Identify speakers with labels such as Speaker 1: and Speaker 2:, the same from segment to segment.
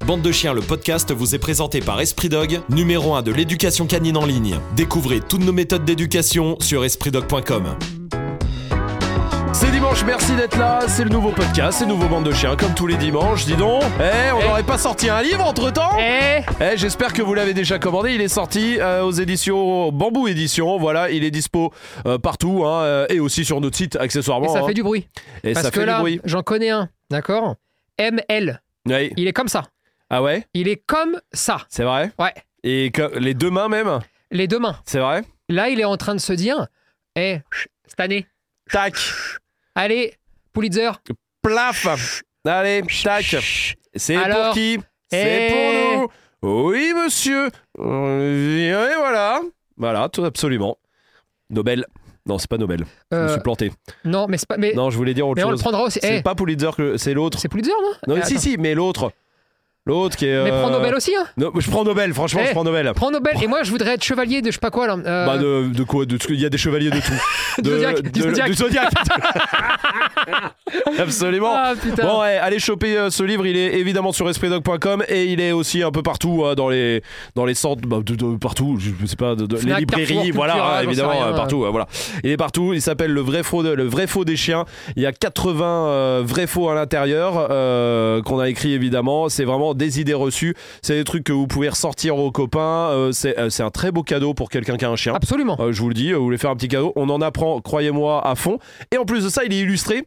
Speaker 1: Bande de chiens, le podcast vous est présenté par Esprit Dog, numéro 1 de l'éducation canine en ligne. Découvrez toutes nos méthodes d'éducation sur espritdog.com. C'est dimanche, merci d'être là. C'est le nouveau podcast, c'est nouveau bande de chiens, comme tous les dimanches. Dis donc, eh, on
Speaker 2: Eh.
Speaker 1: n'aurait pas sorti un livre entre temps
Speaker 2: Eh
Speaker 1: Eh, j'espère que vous l'avez déjà commandé. Il est sorti euh, aux éditions Bambou Éditions. Voilà, il est dispo euh, partout hein, euh, et aussi sur notre site accessoirement.
Speaker 2: Et ça
Speaker 1: hein.
Speaker 2: fait du bruit.
Speaker 1: Et
Speaker 2: Parce
Speaker 1: ça
Speaker 2: que
Speaker 1: fait
Speaker 2: là,
Speaker 1: du bruit.
Speaker 2: j'en connais un, d'accord ML,
Speaker 1: Ouais.
Speaker 2: il est comme ça.
Speaker 1: Ah ouais,
Speaker 2: Il est comme ça.
Speaker 1: c'est vrai.
Speaker 2: Ouais.
Speaker 1: Et que- les deux mains même,
Speaker 2: Les deux mains.
Speaker 1: c'est vrai.
Speaker 2: Là, il est en train de se dire Eh, chut, cette année,
Speaker 1: Tac,
Speaker 2: allez, Pulitzer,
Speaker 1: plaf. Allez, tac. C'est pour
Speaker 2: Alors,
Speaker 1: qui C'est
Speaker 2: eh.
Speaker 1: pour nous. Oui, monsieur. Euh, Et voilà. Voilà, tout absolument. Nobel. Non, c'est pas Nobel. Je me
Speaker 2: euh,
Speaker 1: suis planté.
Speaker 2: non, mais c'est pas. Mais,
Speaker 1: Non, je voulais dire autre
Speaker 2: mais on le
Speaker 1: chose.
Speaker 2: prendra aussi.
Speaker 1: C'est
Speaker 2: Eh,
Speaker 1: pas Pulitzer que c'est l'autre.
Speaker 2: c'est Pulitzer, non
Speaker 1: Non,
Speaker 2: Eh,
Speaker 1: si,
Speaker 2: attends.
Speaker 1: si, mais l'autre. L'autre qui est.
Speaker 2: Mais
Speaker 1: euh,
Speaker 2: prends Nobel aussi, hein
Speaker 1: No- je prends Nobel, franchement, je
Speaker 2: Eh.
Speaker 1: prends Nobel.
Speaker 2: Prends Nobel. Et moi, je voudrais être chevalier de je sais pas quoi, là. euh,
Speaker 1: Bah, de, de quoi de- Il y a des chevaliers de tout.
Speaker 2: Du Zodiac,
Speaker 1: de-
Speaker 2: du Zodiac.
Speaker 1: du Zodiac. Absolument.
Speaker 2: Ah, putain.
Speaker 1: Bon, ouais, allez choper euh, ce livre. Il est évidemment sur espritdog.com et il est aussi un peu partout hein, dans les dans les centres, bah, de- de- partout. Je je sais pas, de- de- les
Speaker 2: Fnac,
Speaker 1: librairies,
Speaker 2: Carrefour,
Speaker 1: voilà,
Speaker 2: Cultura,
Speaker 1: hein,
Speaker 2: j'en sais
Speaker 1: évidemment,
Speaker 2: rien,
Speaker 1: euh,
Speaker 2: hein.
Speaker 1: partout. euh, voilà, il est partout. Il s'appelle le vrai faux, de- le vrai faux des chiens. Il y a 80 euh, vrais faux à l'intérieur euh, qu'on a écrit évidemment. C'est vraiment des idées reçues. C'est des trucs que vous pouvez ressortir aux copains. euh, c'est euh, c'est un très beau cadeau pour quelqu'un qui a un chien.
Speaker 2: Absolument.
Speaker 1: Euh, je vous le dis, euh, vous voulez faire un petit cadeau, on en apprend, croyez-moi, à fond. Et en plus de ça, il est illustré.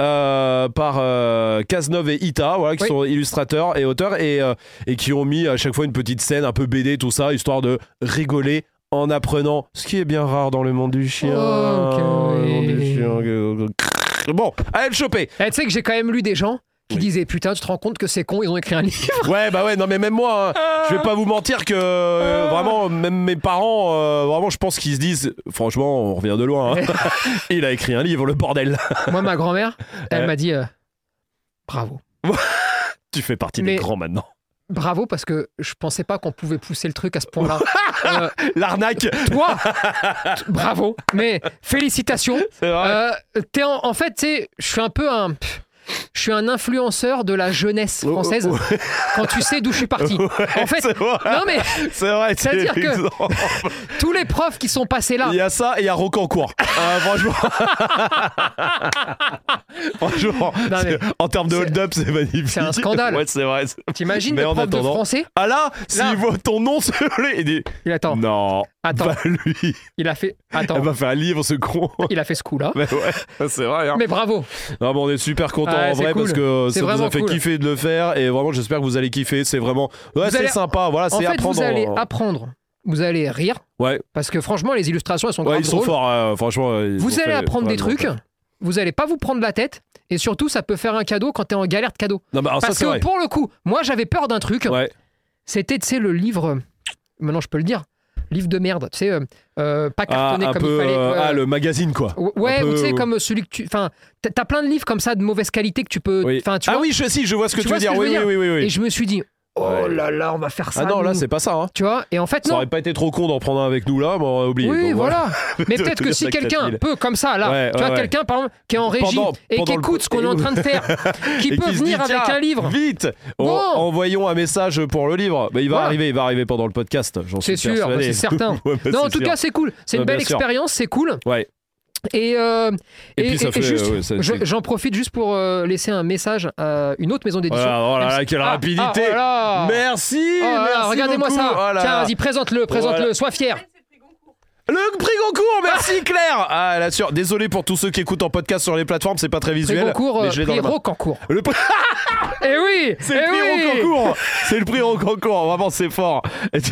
Speaker 1: euh, par euh, Cazeneuve et Ita, voilà, qui
Speaker 2: Oui.
Speaker 1: sont illustrateurs et auteurs et, euh, et qui ont mis à chaque fois une petite scène un peu BD, tout ça, histoire de rigoler en apprenant, ce qui est bien rare dans le monde du chien.
Speaker 2: Ok.
Speaker 1: Le monde du chien, euh, euh, Bon, allez le choper.
Speaker 2: Eh, tu sais que j'ai quand même lu des gens qui
Speaker 1: Oui.
Speaker 2: disaient Putain, tu te rends compte que c'est con, ils ont écrit un livre.
Speaker 1: Ouais, bah ouais, non mais même moi, hein, je vais pas vous mentir que euh, vraiment, même mes parents, euh, vraiment, je pense qu'ils se disent, franchement, on revient de loin. hein. Il a écrit un livre, le bordel.
Speaker 2: moi, ma grand-mère, elle
Speaker 1: Ouais.
Speaker 2: m'a dit euh, Bravo.
Speaker 1: Tu fais partie des
Speaker 2: Mais-
Speaker 1: grands maintenant.
Speaker 2: Bravo parce que je pensais pas qu'on pouvait pousser le truc à ce point-là. Euh,
Speaker 1: L'arnaque,
Speaker 2: toi, t- bravo, mais félicitations.
Speaker 1: c'est vrai.
Speaker 2: Euh, t'es en, en fait, tu sais, je suis un peu un, pff, je suis un influenceur de la jeunesse
Speaker 1: Oh,
Speaker 2: française.
Speaker 1: oh,
Speaker 2: Quand tu sais d'où je suis parti.
Speaker 1: ouais,
Speaker 2: Euh, en fait,
Speaker 1: c'est vrai,
Speaker 2: Non mais
Speaker 1: c'est vrai, c'est
Speaker 2: c'est-à-dire que-
Speaker 1: l'exemple.
Speaker 2: tous les profs qui sont passés là.
Speaker 1: Il y a ça et il y a Rocancourt. Euh, franchement, franchement
Speaker 2: Non, mais
Speaker 1: c'est- en termes de
Speaker 2: c'est-
Speaker 1: hold-up, c'est magnifique.
Speaker 2: c'est un scandale.
Speaker 1: Ouais, c'est vrai. c'est-
Speaker 2: T'imagines
Speaker 1: Mais
Speaker 2: le
Speaker 1: en
Speaker 2: prof de
Speaker 1: attendant-
Speaker 2: français
Speaker 1: Ah là, s'il
Speaker 2: Là.
Speaker 1: voit ton nom sur les. Il dit
Speaker 2: Il attend,
Speaker 1: Non,
Speaker 2: attends,
Speaker 1: pas lui.
Speaker 2: il a fait,
Speaker 1: Elle
Speaker 2: attends,
Speaker 1: va faire un livre, ce con.
Speaker 2: il a fait ce coup-là.
Speaker 1: Mais ouais, c'est vrai. hein.
Speaker 2: Mais bravo.
Speaker 1: Non, mais on est super content
Speaker 2: Ouais,
Speaker 1: en
Speaker 2: c'est
Speaker 1: vrai
Speaker 2: cool.
Speaker 1: parce que euh,
Speaker 2: C'est
Speaker 1: ça nous a
Speaker 2: vraiment
Speaker 1: fait
Speaker 2: cool.
Speaker 1: kiffer de le faire et vraiment j'espère que vous allez kiffer. C'est vraiment ouais,
Speaker 2: Vous
Speaker 1: c'est
Speaker 2: allez-
Speaker 1: sympa. Voilà,
Speaker 2: En
Speaker 1: c'est
Speaker 2: fait,
Speaker 1: apprendre.
Speaker 2: vous allez apprendre, vous allez rire
Speaker 1: Ouais,
Speaker 2: parce que franchement, les illustrations elles sont
Speaker 1: ouais
Speaker 2: grave
Speaker 1: ils sont
Speaker 2: drôles.
Speaker 1: forts, euh, franchement. euh, ils ont
Speaker 2: Vous
Speaker 1: fait
Speaker 2: allez apprendre des
Speaker 1: vraiment
Speaker 2: trucs,
Speaker 1: top.
Speaker 2: vous allez pas vous prendre la tête, et surtout, ça peut faire un cadeau quand t'es en galère de cadeau.
Speaker 1: Non, mais alors Ah, ça,
Speaker 2: Parce
Speaker 1: c'est
Speaker 2: que
Speaker 1: vrai.
Speaker 2: pour le coup, moi j'avais peur d'un truc,
Speaker 1: Ouais.
Speaker 2: c'était, tu sais, le livre, maintenant je peux le dire, livre de merde, tu sais, euh, euh, pas
Speaker 1: Ah,
Speaker 2: cartonné
Speaker 1: un
Speaker 2: comme
Speaker 1: peu.
Speaker 2: il fallait.
Speaker 1: euh,
Speaker 2: quoi.
Speaker 1: Ah, le magazine, quoi.
Speaker 2: Ou- Ouais,
Speaker 1: un
Speaker 2: ou tu sais,
Speaker 1: peu-
Speaker 2: comme celui que tu. Enfin, t'as- t'as plein de livres comme ça de mauvaise qualité que tu peux.
Speaker 1: Oui.
Speaker 2: Enfin, tu
Speaker 1: Ah
Speaker 2: vois,
Speaker 1: oui, je, si, je vois ce que
Speaker 2: Tu
Speaker 1: tu,
Speaker 2: vois
Speaker 1: veux
Speaker 2: ce
Speaker 1: dire.
Speaker 2: que je
Speaker 1: Oui,
Speaker 2: veux
Speaker 1: oui,
Speaker 2: dire
Speaker 1: oui, oui, oui.
Speaker 2: Et je me suis dit, oh
Speaker 1: Ouais.
Speaker 2: là là, on va faire ça.
Speaker 1: Ah non, là,
Speaker 2: nous.
Speaker 1: c'est pas ça. hein.
Speaker 2: Tu vois, et en fait,
Speaker 1: Ça
Speaker 2: non.
Speaker 1: aurait pas été trop con d'en prendre un avec nous là, mais on a oublié.
Speaker 2: Oui,
Speaker 1: Donc,
Speaker 2: voilà. Mais
Speaker 1: De
Speaker 2: peut-être que
Speaker 1: tenir
Speaker 2: si
Speaker 1: la
Speaker 2: quelqu'un
Speaker 1: tactile.
Speaker 2: peut, comme ça, là,
Speaker 1: Ouais,
Speaker 2: tu vois,
Speaker 1: ouais, ouais.
Speaker 2: quelqu'un, par exemple, qui est en régie
Speaker 1: Pendant-
Speaker 2: et
Speaker 1: pendant
Speaker 2: qui
Speaker 1: le-
Speaker 2: écoute ce qu'on est en train de faire, qui
Speaker 1: Et
Speaker 2: peut
Speaker 1: qui se
Speaker 2: venir
Speaker 1: dit,
Speaker 2: avec
Speaker 1: tiens,
Speaker 2: un livre.
Speaker 1: Vite on-
Speaker 2: Bon.
Speaker 1: Envoyons un message pour le livre. Mais il va
Speaker 2: Voilà.
Speaker 1: arriver, il va arriver pendant le podcast, j'en suis
Speaker 2: C'est sûr,
Speaker 1: persuadé.
Speaker 2: c'est certain.
Speaker 1: Ouais, bah,
Speaker 2: Non, en
Speaker 1: c'est
Speaker 2: tout
Speaker 1: sûr.
Speaker 2: cas, c'est cool. C'est
Speaker 1: Ouais,
Speaker 2: une belle
Speaker 1: bien sûr.
Speaker 2: expérience, c'est cool.
Speaker 1: Ouais.
Speaker 2: Et, euh,
Speaker 1: Et puis ça fait,
Speaker 2: juste,
Speaker 1: ouais, ça-
Speaker 2: je-
Speaker 1: c'est-
Speaker 2: j'en profite juste pour euh, laisser un message à une autre maison d'édition.
Speaker 1: Voilà, voilà,
Speaker 2: Même si-
Speaker 1: quelle
Speaker 2: Ah,
Speaker 1: rapidité.
Speaker 2: ah, oh là.
Speaker 1: Merci,
Speaker 2: Oh là là,
Speaker 1: merci
Speaker 2: Regardez-moi
Speaker 1: beaucoup.
Speaker 2: ça.
Speaker 1: Oh là
Speaker 2: Tiens,
Speaker 1: là.
Speaker 2: vas-y, présente-le, présente-le,
Speaker 1: Voilà.
Speaker 2: sois fier.
Speaker 1: Le prix Goncourt, merci Claire. Ah, elle assure. Désolé pour tous ceux qui écoutent en podcast sur les plateformes, c'est pas très
Speaker 2: Prix
Speaker 1: visuel.
Speaker 2: Goncourt,
Speaker 1: mais
Speaker 2: euh,
Speaker 1: je l'ai dans
Speaker 2: prix
Speaker 1: la main.
Speaker 2: Rocancourt.
Speaker 1: Le prix-
Speaker 2: Eh oui
Speaker 1: c'est
Speaker 2: eh
Speaker 1: le prix
Speaker 2: oui.
Speaker 1: Ronconcourt. C'est le prix Ronconcourt. Vraiment, c'est fort. Et tu-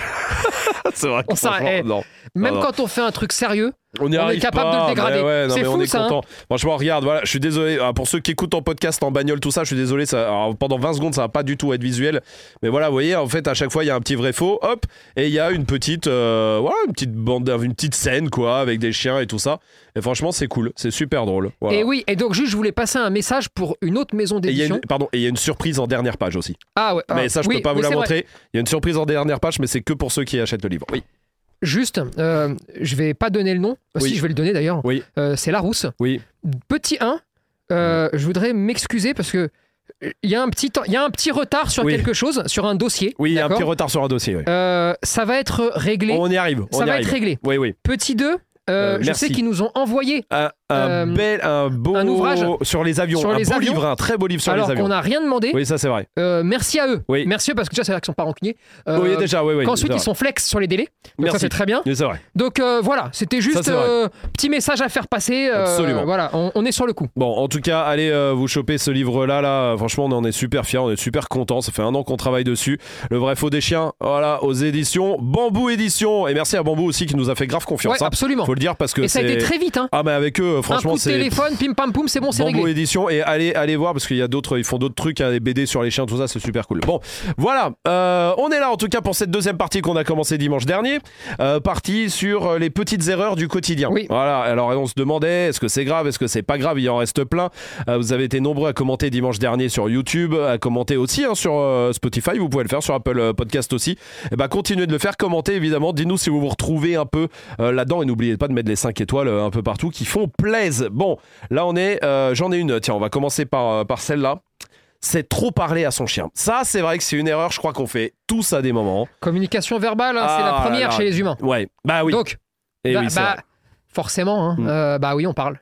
Speaker 1: c'est vrai. que
Speaker 2: On s'en-
Speaker 1: franchement,
Speaker 2: eh,
Speaker 1: non.
Speaker 2: Même
Speaker 1: Non, non.
Speaker 2: quand on fait un truc sérieux, Eh
Speaker 1: On, y
Speaker 2: On est
Speaker 1: arrive
Speaker 2: capable de le
Speaker 1: pas,
Speaker 2: dégrader.
Speaker 1: mais ouais, non,
Speaker 2: C'est
Speaker 1: mais on
Speaker 2: fou,
Speaker 1: est
Speaker 2: ça, hein.
Speaker 1: content. Franchement, regarde, voilà, je suis désolé. ah, Pour ceux qui écoutent en podcast, en bagnole, tout ça, je suis désolé. Ça, alors, pendant 20 secondes, ça va pas du tout être visuel. Mais voilà, vous voyez, en fait, à chaque fois, il y a un petit vrai-faux, hop, et il y a une petite, euh, voilà, une petite bande, une petite scène, quoi, avec des chiens et tout ça. Et franchement, c'est cool, c'est super drôle. Voilà.
Speaker 2: Et oui, et donc juste, je voulais passer un message pour une autre maison
Speaker 1: Et il y a
Speaker 2: d'édition.
Speaker 1: une- pardon, et il y a une surprise en dernière page aussi.
Speaker 2: Ah ouais.
Speaker 1: mais
Speaker 2: ah,
Speaker 1: ça, je
Speaker 2: oui,
Speaker 1: peux pas vous
Speaker 2: oui,
Speaker 1: la
Speaker 2: c'est vrai.
Speaker 1: montrer. Il y a une surprise en dernière page, mais c'est que pour ceux qui achètent le livre. Oui.
Speaker 2: Juste, euh, je vais pas donner le nom. Euh,
Speaker 1: Oui.
Speaker 2: Si, je vais le donner d'ailleurs.
Speaker 1: Oui.
Speaker 2: Euh, c'est Larousse.
Speaker 1: Oui.
Speaker 2: Petit 1, euh, je voudrais m'excuser parce que il y a un petit temps- il y a un petit retard sur
Speaker 1: Oui.
Speaker 2: quelque chose, sur un dossier.
Speaker 1: Oui, il y a un
Speaker 2: d'accord
Speaker 1: petit retard sur un dossier. oui.
Speaker 2: Euh, ça va être réglé.
Speaker 1: On y arrive. On
Speaker 2: ça
Speaker 1: y
Speaker 2: va
Speaker 1: arrive.
Speaker 2: être réglé.
Speaker 1: Oui, oui.
Speaker 2: Petit 2, euh,
Speaker 1: Euh,
Speaker 2: je
Speaker 1: merci.
Speaker 2: sais qu'ils nous ont envoyé,
Speaker 1: Un, un
Speaker 2: Euh,
Speaker 1: bel, un beau
Speaker 2: un ouvrage
Speaker 1: sur les avions.
Speaker 2: sur
Speaker 1: un
Speaker 2: les
Speaker 1: beau
Speaker 2: avions.
Speaker 1: livre, un très beau livre sur
Speaker 2: alors
Speaker 1: les
Speaker 2: qu'on
Speaker 1: avions.
Speaker 2: n'a rien demandé.
Speaker 1: Oui, ça c'est vrai.
Speaker 2: Euh, merci à eux.
Speaker 1: Oui.
Speaker 2: Merci à eux, parce que tu vois, c'est là qu'ils sont pas rancuniers. Euh,
Speaker 1: oui, déjà, oui, oui.
Speaker 2: Qu'ensuite,
Speaker 1: c'est
Speaker 2: ils
Speaker 1: vrai.
Speaker 2: sont flex sur les délais. Donc ça,
Speaker 1: Merci.
Speaker 2: c'est très bien.
Speaker 1: Oui, c'est vrai.
Speaker 2: Donc euh, voilà, c'était juste
Speaker 1: c'est vrai.
Speaker 2: euh, petit message à faire passer. euh,
Speaker 1: Absolument.
Speaker 2: Voilà, on, on est sur le coup.
Speaker 1: Bon, en tout cas, allez euh, vous choper ce livre-là. Là, franchement, on en est super fiers, on est super contents. Ça fait un an qu'on travaille dessus. Le vrai faux des chiens, voilà, aux éditions Bambou Éditions. Et merci à Bambou aussi qui nous a fait grave confiance.
Speaker 2: Ouais,
Speaker 1: hein.
Speaker 2: absolument.
Speaker 1: Faut le dire parce que
Speaker 2: Et ça a
Speaker 1: c'est-
Speaker 2: été très vite. Hein.
Speaker 1: Ah, mais avec eux,
Speaker 2: Un
Speaker 1: franchement,
Speaker 2: coup de
Speaker 1: c'est
Speaker 2: téléphone, pim pam poum, c'est bon, c'est
Speaker 1: Bambou
Speaker 2: réglé.
Speaker 1: édition et allez allez voir parce qu'il y a d'autres ils font d'autres trucs hein, des BD sur les chiens tout ça c'est super cool bon voilà euh, on est là en tout cas pour cette deuxième partie qu'on a commencé dimanche dernier euh, partie sur euh, les petites erreurs du quotidien
Speaker 2: Oui.
Speaker 1: voilà alors on se demandait est-ce que c'est grave est-ce que c'est pas grave il en reste plein Euh, vous avez été nombreux à commenter dimanche dernier sur YouTube à commenter aussi hein, sur euh, Spotify vous pouvez le faire sur Apple euh, Podcast aussi et ben continuez de le faire commentez évidemment dites-nous si vous vous retrouvez un peu euh, là-dedans et n'oubliez pas de mettre les 5 étoiles euh, un peu partout qui font plaise bon Là, on est. euh, J'en ai une. Tiens, on va commencer par, euh, par celle-là. C'est trop parler à son chien. Ça, c'est vrai que c'est une erreur. Je crois qu'on fait tous à des moments.
Speaker 2: Communication verbale, hein, c'est
Speaker 1: Ah
Speaker 2: la
Speaker 1: là
Speaker 2: première
Speaker 1: là.
Speaker 2: chez les humains.
Speaker 1: Ouais. Bah oui.
Speaker 2: Donc,
Speaker 1: Et
Speaker 2: bah,
Speaker 1: oui, c'est
Speaker 2: bah,
Speaker 1: vrai.
Speaker 2: forcément, hein,
Speaker 1: Mm.
Speaker 2: euh, bah oui, on parle.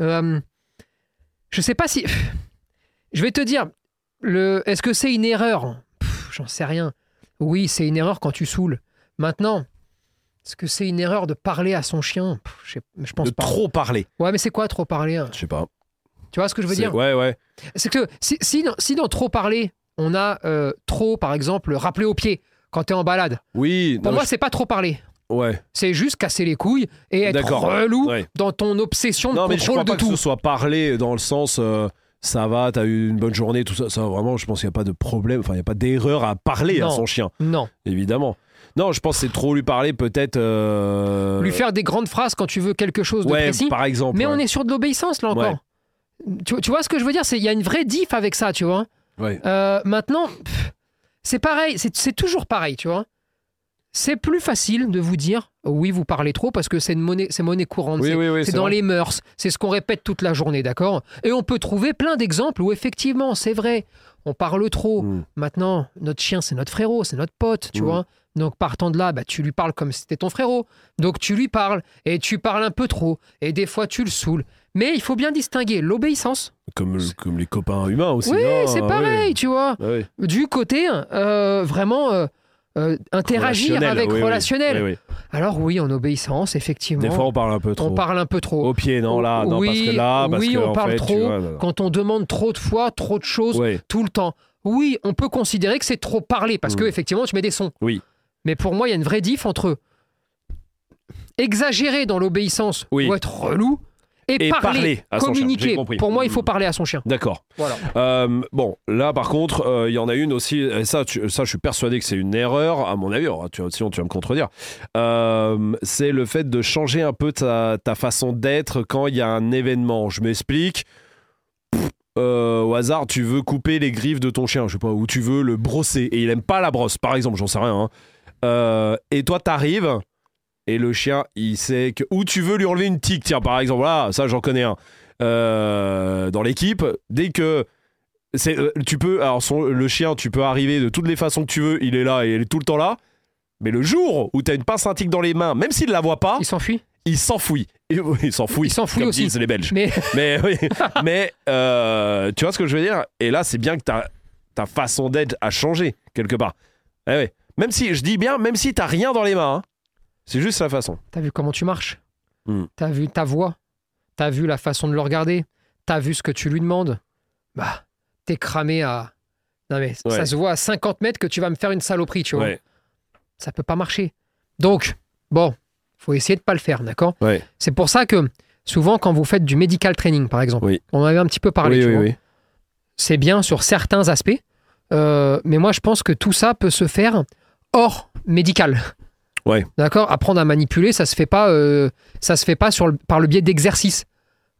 Speaker 2: Euh, je sais pas si. Je vais te dire, le... est-ce que c'est une erreur Pff, J'en sais rien. Oui, c'est une erreur quand tu saoules. Maintenant, est-ce que c'est une erreur de parler à son chien Pff, je, sais- je pense
Speaker 1: de
Speaker 2: pas.
Speaker 1: trop parler.
Speaker 2: Ouais, mais c'est quoi trop parler hein
Speaker 1: Je sais pas.
Speaker 2: Tu vois ce que je veux
Speaker 1: C'est-
Speaker 2: dire
Speaker 1: Ouais, ouais.
Speaker 2: C'est que si, si, dans- si dans trop parler, on a euh, trop, par exemple, rappeler au pied quand t'es en balade.
Speaker 1: Oui.
Speaker 2: Pour
Speaker 1: non,
Speaker 2: moi, c'est pas trop parler.
Speaker 1: je- ouais.
Speaker 2: C'est juste casser les couilles et être
Speaker 1: D'accord.
Speaker 2: relou
Speaker 1: Ouais.
Speaker 2: dans ton obsession de
Speaker 1: Non, mais je
Speaker 2: contrôle
Speaker 1: crois
Speaker 2: de
Speaker 1: pas que
Speaker 2: tout.
Speaker 1: ce soit parler dans le sens. euh, Ça va, t'as eu une bonne journée, tout ça. Ça, vraiment, je pense qu'il n'y a pas de problème. Enfin, il n'y a pas d'erreur à parler à
Speaker 2: Non.
Speaker 1: son chien,
Speaker 2: Non.
Speaker 1: évidemment. Non, je pense que c'est trop lui parler, peut-être. euh,
Speaker 2: Lui faire des grandes phrases quand tu veux quelque chose de
Speaker 1: Ouais,
Speaker 2: précis.
Speaker 1: par exemple.
Speaker 2: Mais
Speaker 1: ouais.
Speaker 2: on est sur de l'obéissance là encore. Tu, tu vois ce que je veux dire C'est- Il y a une vraie diff avec ça, tu vois.
Speaker 1: Ouais.
Speaker 2: Euh, maintenant, pff, c'est pareil, c'est c'est toujours pareil, tu vois. C'est plus facile de vous dire oui, vous parlez trop parce que c'est une monnaie, c'est monnaie courante.
Speaker 1: Oui,
Speaker 2: c'est-
Speaker 1: oui, oui.
Speaker 2: C'est dans
Speaker 1: vrai.
Speaker 2: les mœurs, c'est ce qu'on répète toute la journée, d'accord Et on peut trouver plein d'exemples où effectivement, c'est vrai, on parle trop.
Speaker 1: Mm.
Speaker 2: Maintenant, notre chien, c'est notre frérot, c'est notre pote, tu
Speaker 1: Mm.
Speaker 2: vois Donc partant de là, bah, tu lui parles comme si c'était ton frérot. Donc tu lui parles, et tu parles un peu trop, et des fois tu le saoules. Mais il faut bien distinguer l'obéissance,
Speaker 1: Comme, le- comme les copains humains aussi.
Speaker 2: Oui,
Speaker 1: hein,
Speaker 2: c'est
Speaker 1: ouais.
Speaker 2: pareil, tu vois,
Speaker 1: Ah oui.
Speaker 2: du côté euh, vraiment euh, euh, interagir
Speaker 1: Relationnel,
Speaker 2: avec
Speaker 1: oui, oui.
Speaker 2: relationnel.
Speaker 1: Oui, oui.
Speaker 2: Alors oui, en obéissance, effectivement,
Speaker 1: Des fois, on parle un peu trop.
Speaker 2: on parle un peu trop.
Speaker 1: Au pied, non, là, non,
Speaker 2: Oui,
Speaker 1: parce que là, parce
Speaker 2: oui,
Speaker 1: que,
Speaker 2: on
Speaker 1: en
Speaker 2: parle
Speaker 1: fait, tu
Speaker 2: trop.
Speaker 1: vois, non, non.
Speaker 2: quand on demande trop de fois, trop de choses,
Speaker 1: Ouais.
Speaker 2: tout le temps. Oui, on peut considérer que c'est trop parler parce que
Speaker 1: Mm.
Speaker 2: effectivement tu mets des sons.
Speaker 1: Oui.
Speaker 2: Mais pour moi, il y a une vraie diff entre exagérer dans l'obéissance
Speaker 1: Oui.
Speaker 2: ou être relou et,
Speaker 1: Et
Speaker 2: parler,
Speaker 1: parler à son chien, j'ai
Speaker 2: communiquer.
Speaker 1: compris.
Speaker 2: Pour moi, il faut
Speaker 1: Mm.
Speaker 2: parler à son chien.
Speaker 1: D'accord.
Speaker 2: Voilà.
Speaker 1: Euh, bon, là, par contre, euh, il y en a une aussi. et ça, tu- ça, je suis persuadé que c'est une erreur, à mon avis. alors, tu, sinon, tu vas me contredire. Euh, c'est le fait de changer un peu ta, ta façon d'être quand il y a un événement. Je m'explique. Pff, euh, au hasard, tu veux couper les griffes de ton chien, je sais pas, ou tu veux le brosser et il aime pas la brosse, par exemple, j'en sais rien. hein. Euh, et toi, t'arrives et le chien, il sait que. Ou tu veux lui enlever une tique, tiens, par exemple, là, ça, j'en connais un. Euh, dans l'équipe, dès que c'est, euh, tu peux, alors son- le chien, tu peux arriver de toutes les façons que tu veux, il est là et il est tout le temps là. Mais le jour où t'as une pince intique dans les mains, même s'il la voit pas,
Speaker 2: Il s'enfuit.
Speaker 1: il s'enfouit. Et- Il s'enfouit.
Speaker 2: Il s'enfouit
Speaker 1: comme
Speaker 2: aussi.
Speaker 1: disent les Belges.
Speaker 2: Mais
Speaker 1: Mais, oui, mais euh, tu vois ce que je veux dire Et là, c'est bien que ta, ta façon d'être a changé quelque part. Eh ouais. Même si, je dis bien, même si t'as rien dans les mains, hein, c'est juste la façon.
Speaker 2: t'as vu comment tu marches
Speaker 1: Mm.
Speaker 2: T'as vu ta voix T'as vu la façon de le regarder T'as vu ce que tu lui demandes Bah, t'es cramé à. Non mais
Speaker 1: Ouais.
Speaker 2: ça se voit à 50 mètres que tu vas me faire une saloperie, tu vois.
Speaker 1: Ouais.
Speaker 2: ça peut pas marcher. Donc, bon, faut essayer de pas le faire, d'accord
Speaker 1: Ouais.
Speaker 2: C'est pour ça que souvent, quand vous faites du medical training, par exemple,
Speaker 1: Oui.
Speaker 2: on en avait un petit peu parlé,
Speaker 1: oui,
Speaker 2: tu
Speaker 1: oui,
Speaker 2: vois.
Speaker 1: oui.
Speaker 2: c'est bien sur certains aspects, euh, mais moi, je pense que tout ça peut se faire hors médical.
Speaker 1: Ouais.
Speaker 2: D'accord Apprendre à manipuler, ça se fait pas, euh, ça se fait pas sur le- par le biais d'exercices.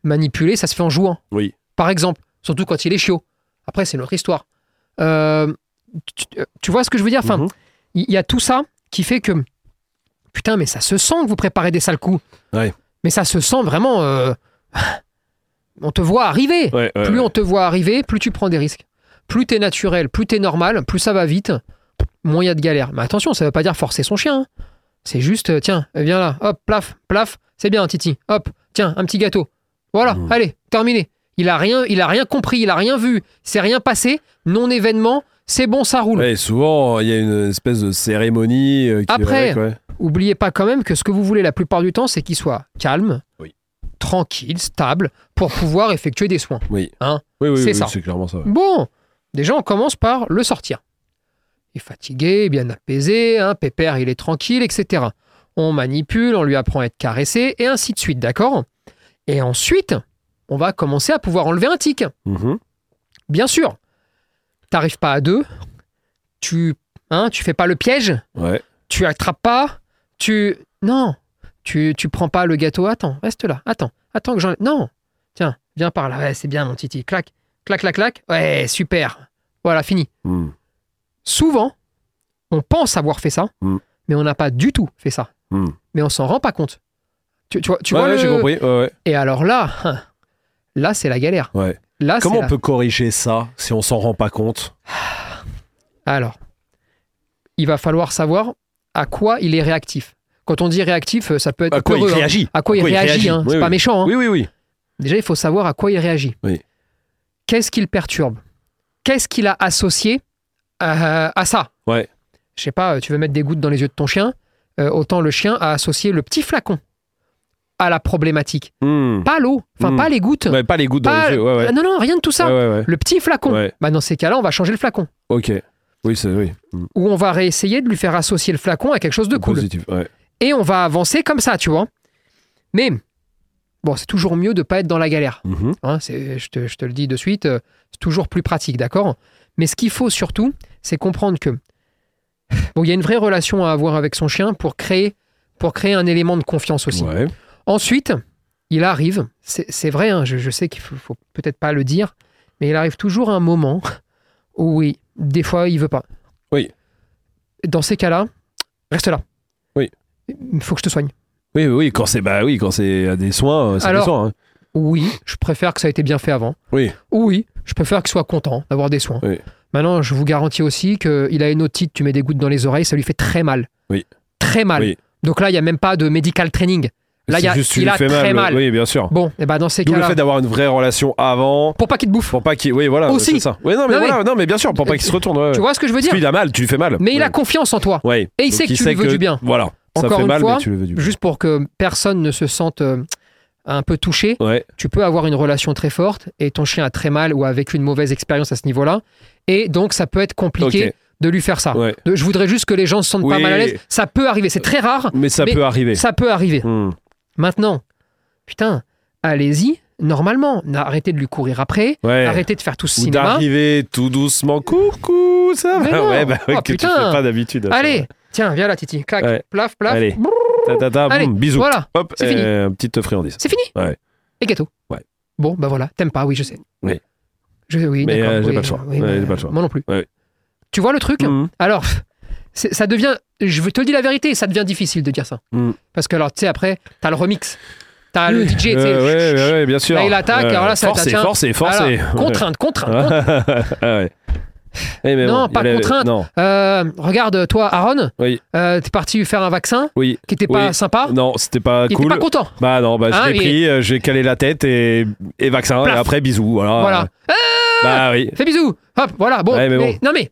Speaker 2: Manipuler, ça se fait en jouant.
Speaker 1: Oui.
Speaker 2: Par exemple, surtout quand il est chiot. Après, c'est notre histoire. Euh, tu, tu vois ce que je veux dire Enfin,
Speaker 1: Mhm.
Speaker 2: il y a tout ça qui fait que putain mais ça se sent que vous préparez des sales coups
Speaker 1: Ouais.
Speaker 2: mais ça se sent vraiment euh, on te voit arriver
Speaker 1: Ouais, ouais,
Speaker 2: plus
Speaker 1: ouais.
Speaker 2: on te voit arriver plus tu prends des risques plus t'es naturel, plus t'es normal, plus ça va vite, moins il y a de galère. Mais attention, ça veut pas dire forcer son chien. hein. C'est juste, euh, tiens, viens là, hop, plaf, plaf, c'est bien, Titi, hop, tiens, un petit gâteau. Voilà,
Speaker 1: Mm.
Speaker 2: allez, terminé. Il a rien, il a rien compris, il a rien vu, c'est rien passé, non événement, c'est bon, ça roule.
Speaker 1: Ouais, souvent, il y a une espèce de cérémonie. euh, qui-
Speaker 2: Après,
Speaker 1: ouais, quoi.
Speaker 2: Oubliez pas quand même que ce que vous voulez la plupart du temps, c'est qu'il soit calme,
Speaker 1: Oui.
Speaker 2: tranquille, stable, pour pouvoir effectuer des soins.
Speaker 1: Oui.
Speaker 2: Hein,
Speaker 1: oui, oui,
Speaker 2: c'est
Speaker 1: oui,
Speaker 2: ça.
Speaker 1: c'est clairement ça. ouais.
Speaker 2: Bon, déjà on commence par le sortir. Il est fatigué, bien apaisé, hein, pépère il est tranquille, etc. On manipule, on lui apprend à être caressé, et ainsi de suite, d'accord Et ensuite, on va commencer à pouvoir enlever un tic.
Speaker 1: Mhm.
Speaker 2: Bien sûr, t'arrives pas à deux, tu, hein, tu fais pas le piège,
Speaker 1: Ouais.
Speaker 2: tu attrapes pas, tu. Non, tu, tu prends pas le gâteau, attends, reste là, attends, attends que j'en. Non, tiens, viens par là, ouais, c'est bien mon titi, clac, clac, clac, clac, ouais, super, voilà, fini.
Speaker 1: Mhm.
Speaker 2: Souvent, on pense avoir fait ça,
Speaker 1: Mm.
Speaker 2: mais on n'a pas du tout fait ça.
Speaker 1: Mm.
Speaker 2: Mais on s'en rend pas compte. Tu, tu vois, tu
Speaker 1: Ouais,
Speaker 2: vois
Speaker 1: ouais,
Speaker 2: le-
Speaker 1: j'ai compris. ouais, ouais.
Speaker 2: Et alors là, hein, là, c'est la galère.
Speaker 1: Ouais.
Speaker 2: Là,
Speaker 1: Comment
Speaker 2: Ah, c'est
Speaker 1: on
Speaker 2: la-
Speaker 1: peut corriger ça si on s'en rend pas compte
Speaker 2: Alors, il va falloir savoir à quoi il est réactif. Quand on dit réactif, ça peut être
Speaker 1: À quoi il
Speaker 2: peureux, hein.
Speaker 1: réagit
Speaker 2: à quoi il réagit, hein.
Speaker 1: Oui,
Speaker 2: c'est pas
Speaker 1: oui.
Speaker 2: méchant. hein.
Speaker 1: Oui, oui, oui.
Speaker 2: Déjà, il faut savoir à quoi il réagit.
Speaker 1: Oui.
Speaker 2: Qu'est-ce qu'il perturbe Qu'est-ce qu'il a associé euh, à, à ça
Speaker 1: Ouais.
Speaker 2: Je sais pas, tu veux mettre des gouttes dans les yeux de ton chien, euh, autant le chien a associé le petit flacon à la problématique.
Speaker 1: Mhm.
Speaker 2: Pas l'eau, enfin
Speaker 1: Mm.
Speaker 2: pas les gouttes.
Speaker 1: Ouais, pas les gouttes dans
Speaker 2: Pas-
Speaker 1: les yeux. Ouais, ouais.
Speaker 2: Ah Non, non, rien de tout ça.
Speaker 1: Ouais, ouais, ouais.
Speaker 2: Le petit flacon.
Speaker 1: Ouais.
Speaker 2: Bah, dans ces cas-là, on va changer le flacon.
Speaker 1: Ok. Oui, c'est oui. Mhm.
Speaker 2: Ou on va réessayer de lui faire associer le flacon à quelque chose de cool.
Speaker 1: Positif. Ouais.
Speaker 2: Et on va avancer comme ça, tu vois. Mais, bon, c'est toujours mieux de pas être dans la galère.
Speaker 1: Mhm.
Speaker 2: Hein, c'est- je, te, je te le dis de suite, euh, c'est toujours plus pratique, d'accord Mais ce qu'il faut surtout, c'est comprendre que bon, il y a une vraie relation à avoir avec son chien pour créer, pour créer un élément de confiance aussi.
Speaker 1: Ouais.
Speaker 2: Ensuite, il arrive, c'est c'est vrai, hein, je, je sais qu'il faut, faut peut-être pas le dire, mais il arrive toujours un moment où, oui, des fois, il veut pas.
Speaker 1: Oui.
Speaker 2: Dans ces cas-là, reste là.
Speaker 1: Oui.
Speaker 2: Il faut que je te soigne.
Speaker 1: Oui, oui, oui, quand c'est bah oui, quand c'est à des soins, euh, c'est des
Speaker 2: Alors-
Speaker 1: soins. hein.
Speaker 2: Oui, je préfère que ça ait été bien fait avant.
Speaker 1: Oui.
Speaker 2: Oui, je préfère qu'il soit content d'avoir des soins.
Speaker 1: Oui.
Speaker 2: Maintenant, je vous garantis aussi qu'il a une otite, tu mets des gouttes dans les oreilles, ça lui fait très mal.
Speaker 1: Oui.
Speaker 2: Très mal.
Speaker 1: Oui.
Speaker 2: Donc là, il n'y a même pas de medical training. Là,
Speaker 1: C'est
Speaker 2: il y a-
Speaker 1: juste, tu
Speaker 2: il
Speaker 1: lui
Speaker 2: a
Speaker 1: fais
Speaker 2: très mal.
Speaker 1: Oui, bien sûr.
Speaker 2: Bon, et ben dans ces
Speaker 1: D'où le
Speaker 2: cas-là,
Speaker 1: fait d'avoir une vraie relation avant,
Speaker 2: pour pas qu'il te bouffe.
Speaker 1: pour pas qu'il. Oui, voilà.
Speaker 2: Aussi.
Speaker 1: c'est ça. Oui, non, mais
Speaker 2: Non, mais-
Speaker 1: voilà, non, mais bien sûr, pour pas qu'il se retourne. ouais,
Speaker 2: Tu
Speaker 1: ouais.
Speaker 2: vois ce que je veux dire
Speaker 1: Parce qu'il a mal, tu lui fais mal.
Speaker 2: Mais il a
Speaker 1: Ouais.
Speaker 2: confiance en toi.
Speaker 1: Ouais.
Speaker 2: Et il sait que tu lui veux du bien.
Speaker 1: Voilà. ça
Speaker 2: Encore
Speaker 1: fait
Speaker 2: une
Speaker 1: mal,
Speaker 2: fois,
Speaker 1: mais tu le veux du bien.
Speaker 2: Juste pour que personne ne se sente euh, un peu touché,
Speaker 1: Ouais.
Speaker 2: tu peux avoir une relation très forte et ton chien a très mal ou a vécu une mauvaise expérience à ce niveau-là. Et donc, ça peut être compliqué
Speaker 1: Ok.
Speaker 2: de lui faire ça.
Speaker 1: Ouais.
Speaker 2: De- je voudrais juste que les gens se sentent pas
Speaker 1: Oui.
Speaker 2: mal à l'aise. Ça peut arriver, c'est très rare,
Speaker 1: Mais ça
Speaker 2: Mais-
Speaker 1: peut arriver.
Speaker 2: ça peut arriver.
Speaker 1: Hmm.
Speaker 2: Maintenant, putain, allez-y, normalement. Arrêtez de lui courir après,
Speaker 1: Ouais.
Speaker 2: arrêtez de faire tout
Speaker 1: Eh.
Speaker 2: ce
Speaker 1: Ou
Speaker 2: cinéma.
Speaker 1: d'arriver tout doucement, coucou, ça
Speaker 2: Mais
Speaker 1: va.
Speaker 2: non.
Speaker 1: Ouais, bah, ouais,
Speaker 2: Oh,
Speaker 1: que
Speaker 2: putain.
Speaker 1: tu fais pas d'habitude.
Speaker 2: Allez, tiens, viens là, Titi, clac,
Speaker 1: Ouais.
Speaker 2: plaf, plaf.
Speaker 1: Allez.
Speaker 2: Brrr,
Speaker 1: Ta, ta, ta,
Speaker 2: Allez,
Speaker 1: boum, bisous.
Speaker 2: Voilà,
Speaker 1: Hop,
Speaker 2: c'est fini.
Speaker 1: euh, petite friandise.
Speaker 2: c'est fini.
Speaker 1: Ouais.
Speaker 2: Et gâteau.
Speaker 1: Ouais.
Speaker 2: Bon, bah voilà, t'aimes pas, oui, je sais.
Speaker 1: Oui.
Speaker 2: Je, oui,
Speaker 1: Mais,
Speaker 2: d'accord,
Speaker 1: euh, j'ai
Speaker 2: oui,
Speaker 1: pas le choix.
Speaker 2: oui,
Speaker 1: Ouais,
Speaker 2: mais,
Speaker 1: j'ai pas le choix.
Speaker 2: Moi non plus.
Speaker 1: Ouais.
Speaker 2: Tu vois le truc
Speaker 1: Hmm.
Speaker 2: Alors, c'est- ça devient. Je te dis la vérité, ça devient difficile de dire ça.
Speaker 1: Mm.
Speaker 2: Parce que, alors, tu sais, après, t'as le remix, t'as Ah, le DJ, tu sais,
Speaker 1: Euh,
Speaker 2: le
Speaker 1: ouais,
Speaker 2: chut, chut,
Speaker 1: ouais, ouais, bien sûr.
Speaker 2: Là, il attaque, alors là, ça
Speaker 1: force
Speaker 2: attaque,
Speaker 1: et
Speaker 2: tiens.
Speaker 1: force et force
Speaker 2: Voilà.
Speaker 1: et-
Speaker 2: Contrainte, contrainte. contrainte.
Speaker 1: Ah ouais. Eh, mais
Speaker 2: Non,
Speaker 1: il
Speaker 2: pas
Speaker 1: y a la-
Speaker 2: contrainte.
Speaker 1: Non,
Speaker 2: Euh, regarde, toi, Aaron,
Speaker 1: Oui.
Speaker 2: euh, t'es parti faire un vaccin
Speaker 1: oui.
Speaker 2: qui était pas
Speaker 1: Oui.
Speaker 2: sympa.
Speaker 1: Non, c'était pas
Speaker 2: Ah. il
Speaker 1: cool.
Speaker 2: était pas content.
Speaker 1: bah non, bah, je
Speaker 2: Hein,
Speaker 1: l'ai
Speaker 2: mais-
Speaker 1: pris, euh, j'ai calé la tête et, et vaccin,
Speaker 2: Plaf.
Speaker 1: et après bisous. Voilà.
Speaker 2: Voilà.
Speaker 1: Bah oui.
Speaker 2: Fais bisous. Hop, voilà. Bon.
Speaker 1: Ah, Ouais, mais
Speaker 2: mais- Non, mais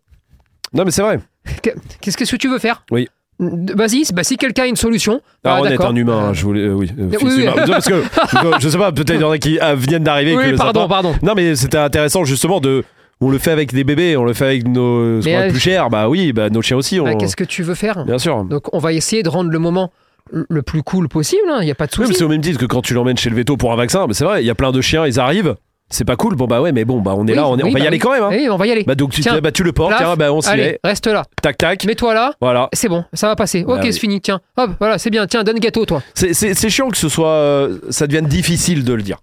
Speaker 1: Non, mais c'est vrai.
Speaker 2: que- qu'est-ce que tu veux faire
Speaker 1: Oui.
Speaker 2: Vas-y, bah, si quelqu'un a une solution.
Speaker 1: Alors,
Speaker 2: bah,
Speaker 1: on est
Speaker 2: d'accord.
Speaker 1: un humain, hein, je voulais. euh, oui, euh, fils
Speaker 2: oui.
Speaker 1: humain. Parce que, je- je sais pas, peut-être il y en a qui euh, viennent d'arriver. et
Speaker 2: Oui,
Speaker 1: que ça
Speaker 2: pardon,
Speaker 1: parle.
Speaker 2: pardon.
Speaker 1: Non, mais c'était intéressant justement de. On le fait avec des bébés, on le fait avec nos. Ce
Speaker 2: Mais,
Speaker 1: qu'on a
Speaker 2: euh,
Speaker 1: de plus cher, bah oui, bah nos chiens aussi. On...
Speaker 2: Bah, qu'est-ce que tu veux faire
Speaker 1: Bien sûr.
Speaker 2: Donc, on va essayer de rendre le moment le plus cool possible. hein. Il n'y a pas de
Speaker 1: Oui,
Speaker 2: souci.
Speaker 1: mais c'est au même titre que quand tu l'emmènes chez le veto pour un vaccin. Mais c'est vrai, il y a plein de chiens, ils arrivent. C'est pas cool. Bon, bah ouais, mais bon, bah on est
Speaker 2: Oui,
Speaker 1: là, on, est- on
Speaker 2: oui,
Speaker 1: va y
Speaker 2: bah
Speaker 1: aller
Speaker 2: oui.
Speaker 1: quand même. hein.
Speaker 2: Allez, on va y aller.
Speaker 1: Bah donc tu,
Speaker 2: Tiens,
Speaker 1: te- bah, tu le portes,
Speaker 2: plaf,
Speaker 1: tiens, bah on s'y
Speaker 2: Allez,
Speaker 1: est.
Speaker 2: reste là.
Speaker 1: Tac, tac.
Speaker 2: Mets-toi là.
Speaker 1: Voilà.
Speaker 2: C'est bon, ça va passer. Ok,
Speaker 1: Ah oui.
Speaker 2: c'est fini. Tiens, hop, voilà, c'est bien. Tiens, donne gâteau, toi.
Speaker 1: C'est- C'est c'est chiant que ce soit. euh, ça devienne difficile de le dire.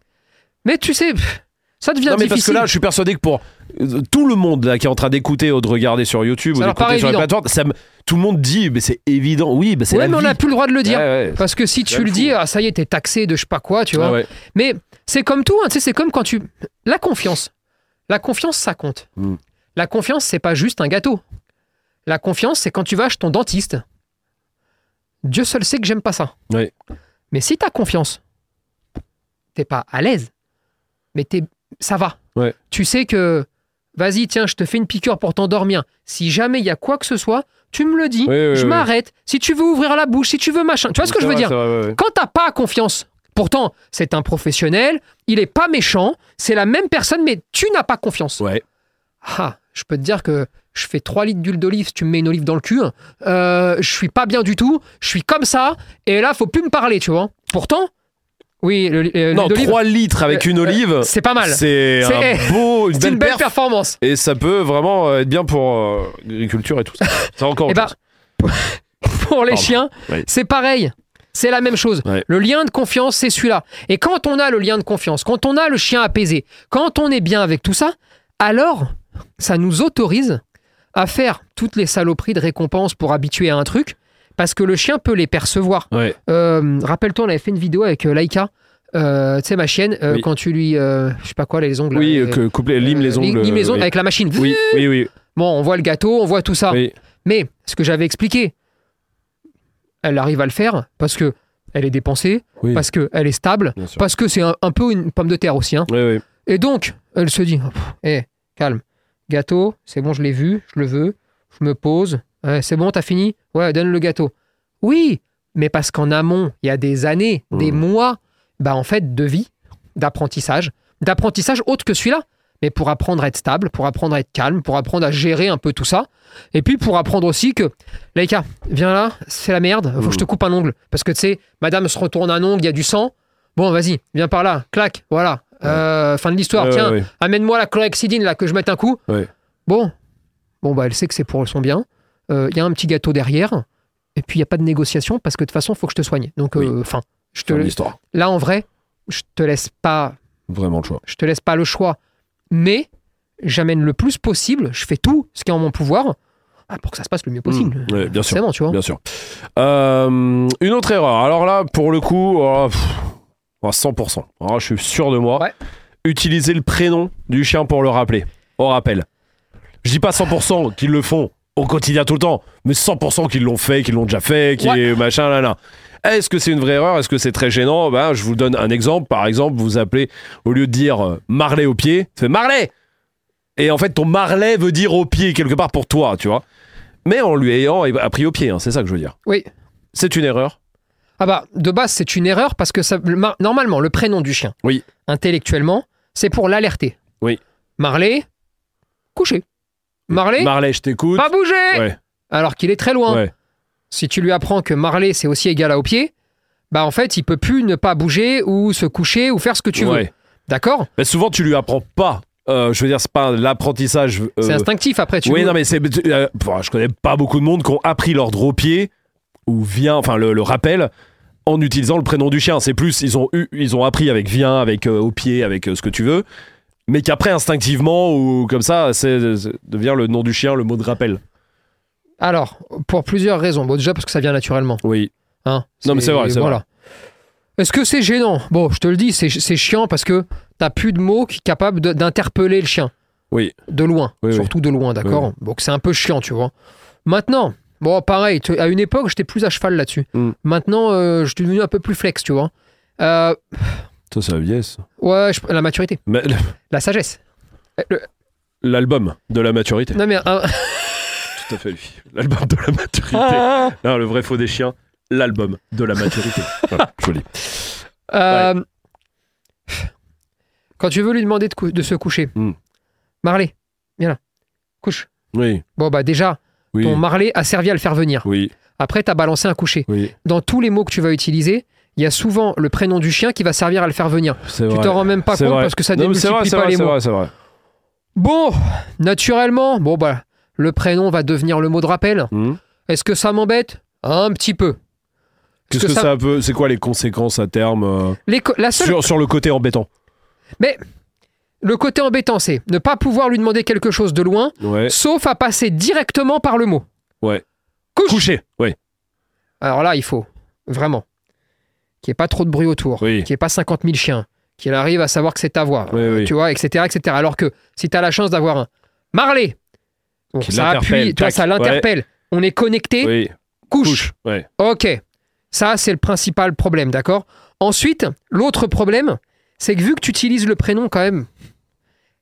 Speaker 2: Mais tu sais, pff, ça devient
Speaker 1: non, mais parce que
Speaker 2: difficile.
Speaker 1: là, je suis persuadé que pour euh, tout le monde là, qui est en train d'écouter ou de regarder sur YouTube
Speaker 2: Ça
Speaker 1: ou
Speaker 2: leur paraît
Speaker 1: d'écouter sur les
Speaker 2: évident.
Speaker 1: plateformes, ça me- tout le monde dit, mais c'est évident. Oui, bah, c'est
Speaker 2: ouais,
Speaker 1: la
Speaker 2: mais on
Speaker 1: vie.
Speaker 2: n'a plus le droit de le dire.
Speaker 1: Ouais, ouais.
Speaker 2: Parce que si tu
Speaker 1: même
Speaker 2: le
Speaker 1: fou.
Speaker 2: dis, ah, ça y est, t'es taxé de je sais pas quoi, tu vois.
Speaker 1: Ah ouais.
Speaker 2: Mais c'est comme tout, hein, tu sais, c'est comme quand tu. La confiance. La confiance, ça compte.
Speaker 1: Mm.
Speaker 2: La confiance, c'est pas juste un gâteau. La confiance, c'est quand tu vas chez ton dentiste. Dieu seul sait que j'aime pas ça.
Speaker 1: Oui.
Speaker 2: Mais si t'as confiance, t'es pas à l'aise, mais t'es, ça va.
Speaker 1: Ouais.
Speaker 2: Tu sais que, vas-y, tiens, je te fais une piqûre pour t'endormir. Si jamais il y a quoi que ce soit, tu me le dis,
Speaker 1: Oui, oui,
Speaker 2: je
Speaker 1: oui.
Speaker 2: m'arrête. Si tu veux ouvrir la bouche, si tu veux machin. Tu vois ce que je veux dire quand t'as pas confiance, pourtant c'est un professionnel, il est pas méchant, c'est la même personne, mais tu n'as pas confiance.
Speaker 1: Ouais.
Speaker 2: Ah, je peux te dire que je fais 3 litres d'huile d'olive, tu me mets une olive dans le cul, euh, je suis pas bien du tout, je suis comme ça, et là faut plus me parler, tu vois. Pourtant, oui, le- euh,
Speaker 1: Non,
Speaker 2: l'huile d'olive,
Speaker 1: 3 litres avec
Speaker 2: Euh,
Speaker 1: une
Speaker 2: euh,
Speaker 1: olive,
Speaker 2: c'est pas mal.
Speaker 1: c'est
Speaker 2: C'est-
Speaker 1: un beau, une
Speaker 2: C'est
Speaker 1: belle
Speaker 2: une belle
Speaker 1: perf.
Speaker 2: performance.
Speaker 1: Et ça peut vraiment euh, être bien pour euh, l'agriculture et tout ça. C'est encore
Speaker 2: Eh
Speaker 1: autre
Speaker 2: ben,
Speaker 1: chose.
Speaker 2: pour les
Speaker 1: Pardon.
Speaker 2: chiens,
Speaker 1: Oui.
Speaker 2: c'est pareil. C'est la même chose.
Speaker 1: Ouais.
Speaker 2: Le lien de confiance, c'est celui-là. Et quand on a le lien de confiance, quand on a le chien apaisé, quand on est bien avec tout ça, alors ça nous autorise à faire toutes les saloperies de récompense pour habituer à un truc, parce que le chien peut les percevoir.
Speaker 1: Ouais.
Speaker 2: Euh, Rappelle-toi, on avait fait une vidéo avec euh, Laika, euh, tu sais, ma chienne, euh,
Speaker 1: Oui.
Speaker 2: quand tu lui. euh, je sais pas quoi, les ongles.
Speaker 1: Oui,
Speaker 2: euh,
Speaker 1: euh, que coupler, lime les
Speaker 2: euh,
Speaker 1: ongles.
Speaker 2: Lime les ongles
Speaker 1: oui.
Speaker 2: avec Ah. la machine.
Speaker 1: oui, oui, oui,
Speaker 2: Bon, on voit le gâteau, on voit tout ça.
Speaker 1: oui.
Speaker 2: Mais ce que j'avais expliqué, elle arrive à le faire parce que elle est dépensée,
Speaker 1: Oui.
Speaker 2: parce que elle est stable,
Speaker 1: Bien sûr.
Speaker 2: parce que c'est un, un peu une pomme de terre aussi. hein.
Speaker 1: Oui, oui.
Speaker 2: Et donc, elle se dit, hé, calme, gâteau, c'est bon, je l'ai vu, je le veux, je me pose, Ouais, c'est bon, t'as fini, ouais, donne le gâteau. Oui, mais parce qu'en amont, il y a des années, des
Speaker 1: Mhm.
Speaker 2: mois, bah en fait, de vie, d'apprentissage, d'apprentissage autre que celui-là, mais pour apprendre à être stable, pour apprendre à être calme, pour apprendre à gérer un peu tout ça, et puis pour apprendre aussi que, Laïka, viens là, c'est la merde, faut que je te coupe un ongle, parce que tu sais, madame se retourne un ongle, il y a du sang, bon, vas-y, viens par là, clac, voilà, Euh, fin de l'histoire,
Speaker 1: Ouais,
Speaker 2: tiens,
Speaker 1: ouais, ouais.
Speaker 2: amène-moi la chlorhexidine là que je mette un coup.
Speaker 1: Ouais.
Speaker 2: Bon, bon bah elle sait que c'est pour son bien. Euh, Il y a un petit gâteau derrière. Et puis il y a pas de négociation parce que de toute façon faut que je te soigne. Donc
Speaker 1: Oui.
Speaker 2: enfin, je te
Speaker 1: Fin de l'histoire.
Speaker 2: là en vrai, je te laisse pas,
Speaker 1: Vraiment le choix.
Speaker 2: je te laisse pas le choix. Mais j'amène le plus possible. Je fais tout ce qui est en mon pouvoir ah, pour que ça se passe le mieux possible.
Speaker 1: Mm. Ouais, bien sûr.
Speaker 2: C'est bon, tu vois.
Speaker 1: Bien sûr. Euh, une autre erreur. Alors là, pour le coup, oh, pff, oh, 100%. Oh, je suis sûr de moi.
Speaker 2: Ouais.
Speaker 1: Utiliser le prénom du chien pour le rappeler. Au rappel. Je dis pas 100% qu'ils le font au quotidien tout le temps, mais 100% qu'ils l'ont fait, qu'ils l'ont déjà fait, qui
Speaker 2: Ouais.
Speaker 1: est machin là là. Est-ce que c'est une vraie erreur Est-ce que c'est très gênant ben, Je vous donne un exemple. Par exemple, vous appelez, au lieu de dire euh, Marley au pied, c'est Marley Et en fait, ton Marley veut dire au pied quelque part pour toi, tu vois mais en lui ayant appris au pied, hein, c'est ça que je veux dire.
Speaker 2: Oui.
Speaker 1: C'est une erreur.
Speaker 2: Ah bah de base c'est une erreur parce que ça, le mar- normalement le prénom du chien.
Speaker 1: Oui.
Speaker 2: Intellectuellement, c'est pour l'alerter.
Speaker 1: Oui.
Speaker 2: Marley, couché. Marley,
Speaker 1: Marley, je t'écoute.
Speaker 2: pas bouger.
Speaker 1: Ouais.
Speaker 2: Alors qu'il est très loin.
Speaker 1: Ouais.
Speaker 2: Si tu lui apprends que Marley c'est aussi égal à au pied, bah en fait il peut plus ne pas bouger ou se coucher ou faire ce que tu veux.
Speaker 1: Ouais.
Speaker 2: D'accord
Speaker 1: Mais souvent, tu lui apprends pas. Euh, je veux dire, c'est pas l'apprentissage. euh,
Speaker 2: C'est instinctif après. Tu
Speaker 1: Oui,
Speaker 2: veux-
Speaker 1: non, mais c'est. euh, enfin, je connais pas beaucoup de monde qui ont appris l'ordre au pied ou vient, enfin le, le rappel en utilisant le prénom du chien. C'est plus, ils ont eu, ils ont appris avec vient, avec euh, au pied, avec euh, ce que tu veux, mais qu'après instinctivement ou comme ça, c'est c'est- devient le nom du chien, le mot de rappel.
Speaker 2: Alors pour plusieurs raisons. Bon déjà parce que ça vient naturellement.
Speaker 1: Oui.
Speaker 2: Hein,
Speaker 1: Non, mais c'est vrai, c'est
Speaker 2: voilà. Est-ce que c'est gênant Bon, je te le dis, c'est c'est chiant parce que t'as plus de mots qui capables de- d'interpeller le chien.
Speaker 1: Oui.
Speaker 2: De loin,
Speaker 1: Oui, oui.
Speaker 2: surtout de loin, d'accord
Speaker 1: Oui,
Speaker 2: Donc c'est un peu chiant, tu vois. Maintenant, bon, pareil, tu- à une époque, j'étais plus à cheval là-dessus.
Speaker 1: Mm.
Speaker 2: Maintenant, euh, je suis devenu un peu plus flex, tu vois. Euh,
Speaker 1: Ça, c'est la vieillesse.
Speaker 2: ouais, je- la maturité,
Speaker 1: Mais-
Speaker 2: la sagesse. Euh, le-
Speaker 1: L'album de la maturité.
Speaker 2: non mais euh, un-
Speaker 1: Tout à fait, lui. L'album de la maturité.
Speaker 2: Ah. euh,
Speaker 1: Non, le vrai faux des chiens, l'album de la maturité. Voilà, joli.
Speaker 2: Euh, Quand tu veux lui demander de, cou- de se coucher,
Speaker 1: Mm.
Speaker 2: Marley, viens là, couche.
Speaker 1: Oui,
Speaker 2: Bon, bah déjà,
Speaker 1: oui,
Speaker 2: ton Marley a servi à le faire venir.
Speaker 1: oui,
Speaker 2: Après, t'as balancé un coucher.
Speaker 1: oui.
Speaker 2: Dans tous les mots que tu vas utiliser, il y a souvent le prénom du chien qui va servir à le faire venir.
Speaker 1: C'est
Speaker 2: Tu
Speaker 1: vrai.
Speaker 2: t'en rends même pas
Speaker 1: C'est
Speaker 2: compte
Speaker 1: vrai.
Speaker 2: parce que ça
Speaker 1: Non, mais c'est vrai,
Speaker 2: démultiplie
Speaker 1: c'est
Speaker 2: pas
Speaker 1: vrai,
Speaker 2: les
Speaker 1: c'est
Speaker 2: mots.
Speaker 1: vrai, c'est vrai.
Speaker 2: Bon, naturellement, bon bah, le prénom va devenir le mot de rappel.
Speaker 1: Hmm.
Speaker 2: Est-ce que ça m'embête Un petit peu. Parce
Speaker 1: Qu'est-ce que, ça peut. C'est quoi les conséquences à terme euh,
Speaker 2: les co- La seule
Speaker 1: sur, sur le côté embêtant
Speaker 2: Le côté embêtant, c'est ne pas pouvoir lui demander quelque chose de loin,
Speaker 1: Ouais.
Speaker 2: sauf à passer directement par le mot.
Speaker 1: Ouais.
Speaker 2: Couche.
Speaker 1: Couché Oui,
Speaker 2: Alors là, il faut vraiment qu'il n'y ait pas trop de bruit autour,
Speaker 1: Oui.
Speaker 2: qu'il n'y ait pas 50 000 chiens, qu'il arrive à savoir que c'est ta voix,
Speaker 1: oui, oui.
Speaker 2: tu vois, etc., etc. Alors que si tu as la chance d'avoir un Marley, Bon,
Speaker 3: Qui
Speaker 2: ça
Speaker 3: l'interpelle,
Speaker 2: appuie, tu vois,
Speaker 3: tac.
Speaker 2: ça l'interpelle. On est connecté,
Speaker 1: Oui,
Speaker 2: couche.
Speaker 1: couche. Ouais.
Speaker 2: Ok, ça c'est le principal problème, d'accord Ensuite, l'autre problème, c'est que vu que tu utilises le prénom quand même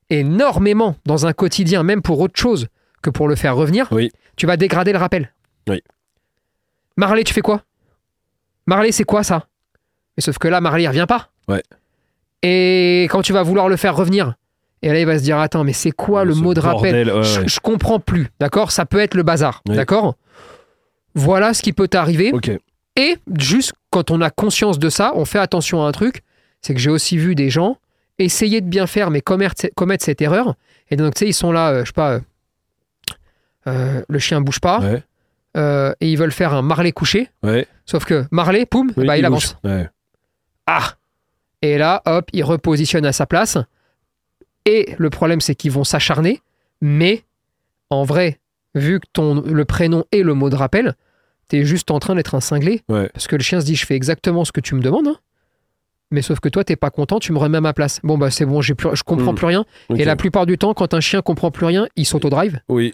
Speaker 2: énormément dans un quotidien, même pour autre chose que pour le faire revenir,
Speaker 1: Oui.
Speaker 2: tu vas dégrader le rappel.
Speaker 1: Oui.
Speaker 2: Marley, tu fais quoi Marley, c'est quoi ça Mais sauf que là, Marley, il revient pas.
Speaker 1: Ouais.
Speaker 2: Et quand tu vas vouloir le faire revenir, et là, il va se dire Attends, mais c'est quoi le
Speaker 3: Ce
Speaker 2: mot de rappel
Speaker 3: bordel, ouais,
Speaker 2: je,
Speaker 3: ouais.
Speaker 2: je comprends plus, d'accord Ça peut être le bazar,
Speaker 1: Oui.
Speaker 2: d'accord Voilà ce qui peut t'arriver.
Speaker 1: Ok.
Speaker 2: Et juste quand on a conscience de ça, on fait attention à un truc, c'est que j'ai aussi vu des gens essayer de bien faire mais commettre, commettre cette erreur. Et donc, tu sais, ils sont là, euh, je sais pas, euh, euh, le chien bouge pas,
Speaker 1: Ouais.
Speaker 2: euh, et ils veulent faire un marlet couché,
Speaker 1: Ouais.
Speaker 2: sauf que marlet, poum,
Speaker 1: Oui,
Speaker 2: bah, ah. Eh il,
Speaker 1: bouge.
Speaker 2: avance.
Speaker 1: Ouais.
Speaker 2: Ah Et là, hop, ils repositionnent à sa place. Et le problème, c'est qu'ils vont s'acharner. Mais en vrai, vu que ton, le prénom et le mot de rappel, t'es juste en train d'être un cinglé.
Speaker 1: Ouais.
Speaker 2: Parce que le chien se dit, je fais exactement ce que tu me demandes. hein. Mais sauf que toi, t'es pas content, tu me remets à ma place. Bon, bah c'est bon, j'ai plus, je comprends
Speaker 1: Mm.
Speaker 2: plus rien.
Speaker 1: Ok.
Speaker 2: Et la plupart du temps, quand un chien comprend plus rien, il s'auto-drive.
Speaker 1: Oui.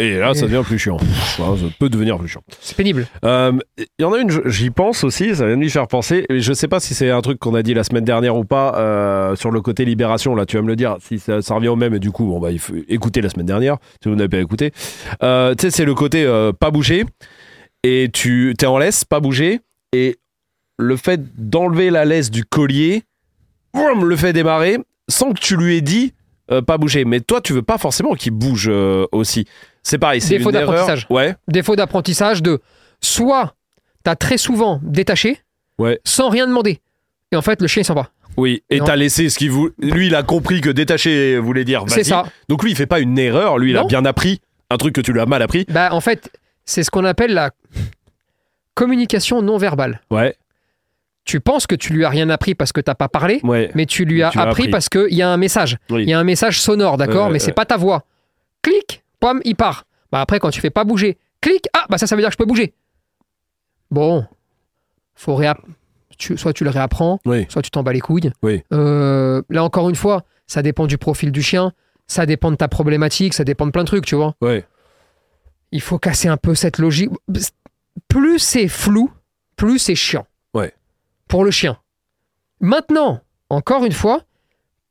Speaker 1: Et là, ça
Speaker 2: Et-
Speaker 1: devient plus chiant. Voilà, ça peut devenir plus chiant.
Speaker 2: C'est pénible.
Speaker 1: Euh, Il y en a une, je- j'y pense aussi, ça vient de m'y faire penser. Et Je sais pas si c'est un truc qu'on a dit la semaine dernière ou pas euh, sur le côté libération. Là, tu vas me le dire. Si ça, ça revient au même, et du coup, bon, bah, il faut écouter la semaine dernière si vous n'avez pas écouté. Euh, tu sais, c'est le côté euh, pas bouger et tu t'es en laisse, pas bouger. Et le fait d'enlever la laisse du collier, vroom, le fait démarrer sans que tu lui aies dit euh, pas bouger. Mais toi, tu veux pas forcément qu'il bouge euh, aussi. C'est pareil, c'est
Speaker 2: Défaut
Speaker 1: une erreur.
Speaker 2: d'apprentissage.
Speaker 1: Ouais,
Speaker 2: Défaut d'apprentissage de soit t'as très souvent détaché
Speaker 1: Ouais.
Speaker 2: sans rien demander. Et en fait, le chien, il s'en va.
Speaker 1: oui. Et
Speaker 2: Non.
Speaker 1: t'as laissé ce qu'il voulait. Lui, il a compris que détacher voulait dire vas-y.
Speaker 2: C'est ça.
Speaker 1: Donc lui, il fait pas une erreur. Lui, il a
Speaker 2: Non.
Speaker 1: bien appris un truc que tu lui as mal appris.
Speaker 2: Bah, en fait, c'est ce qu'on appelle la communication non verbale.
Speaker 1: Ouais,
Speaker 2: Tu penses que tu lui as rien appris parce que t'as pas parlé,
Speaker 1: ouais.
Speaker 2: mais tu lui
Speaker 1: Mais
Speaker 2: as
Speaker 1: tu l'as
Speaker 2: appris,
Speaker 1: appris.
Speaker 2: parce qu'il y a un message. Il
Speaker 1: Oui. Euh,
Speaker 2: y a un message sonore, d'accord
Speaker 1: Ouais,
Speaker 2: Mais
Speaker 1: ouais,
Speaker 2: c'est
Speaker 1: ouais.
Speaker 2: pas ta voix. Clic, pomme, il part. Bah après, quand tu fais pas bouger, clic, ah, bah ça, ça veut dire que je peux bouger. Bon, faut réapp- tu- soit tu le réapprends,
Speaker 1: Oui.
Speaker 2: soit tu t'en bats les couilles.
Speaker 1: Oui.
Speaker 2: Euh, là, encore une fois, ça dépend du profil du chien, ça dépend de ta problématique, ça dépend de plein de trucs, tu vois
Speaker 1: Ouais.
Speaker 2: il faut casser un peu cette logique. Plus c'est flou, plus c'est chiant.
Speaker 1: Ouais.
Speaker 2: Pour le chien. Maintenant, encore une fois,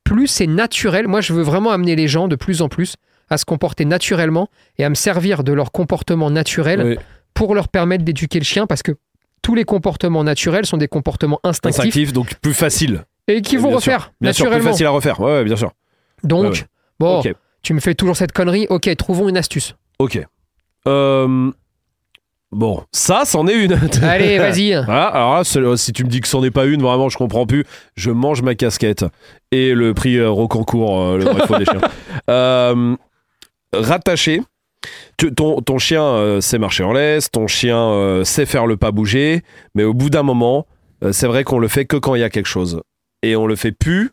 Speaker 2: plus c'est naturel. Moi, je veux vraiment amener les gens de plus en plus à se comporter naturellement et à me servir de leur comportement naturel
Speaker 1: Ouais.
Speaker 2: pour leur permettre d'éduquer le chien parce que tous les comportements naturels sont des comportements instinctifs
Speaker 1: Instinctif, donc plus facile.
Speaker 2: et qui
Speaker 1: Et
Speaker 2: vont
Speaker 1: bien sûr,
Speaker 2: refaire
Speaker 1: Bien sûr, plus
Speaker 2: naturellement. Oh.
Speaker 1: facile à refaire. Ouais, ouais, bien sûr.
Speaker 2: Donc,
Speaker 1: Ouais, ouais.
Speaker 2: bon,
Speaker 1: Ok.
Speaker 2: tu me fais toujours cette connerie. Ok, trouvons une astuce.
Speaker 1: Ok. Euh, Bon, ça, c'en est une.
Speaker 2: Allez, vas-y.
Speaker 1: Ah, alors là, c'est- euh, si tu me dis que c'en est pas une, vraiment, je comprends plus. Je mange ma casquette et le prix euh, Rocancourt, euh, le vrai faux des chiens. Euh, rattaché. Tu- ton, ton chien euh, sait marcher en laisse, ton chien euh, sait faire le pas bouger, mais au bout d'un moment, euh, c'est vrai qu'on le fait que quand il y a quelque chose. Et on le fait plus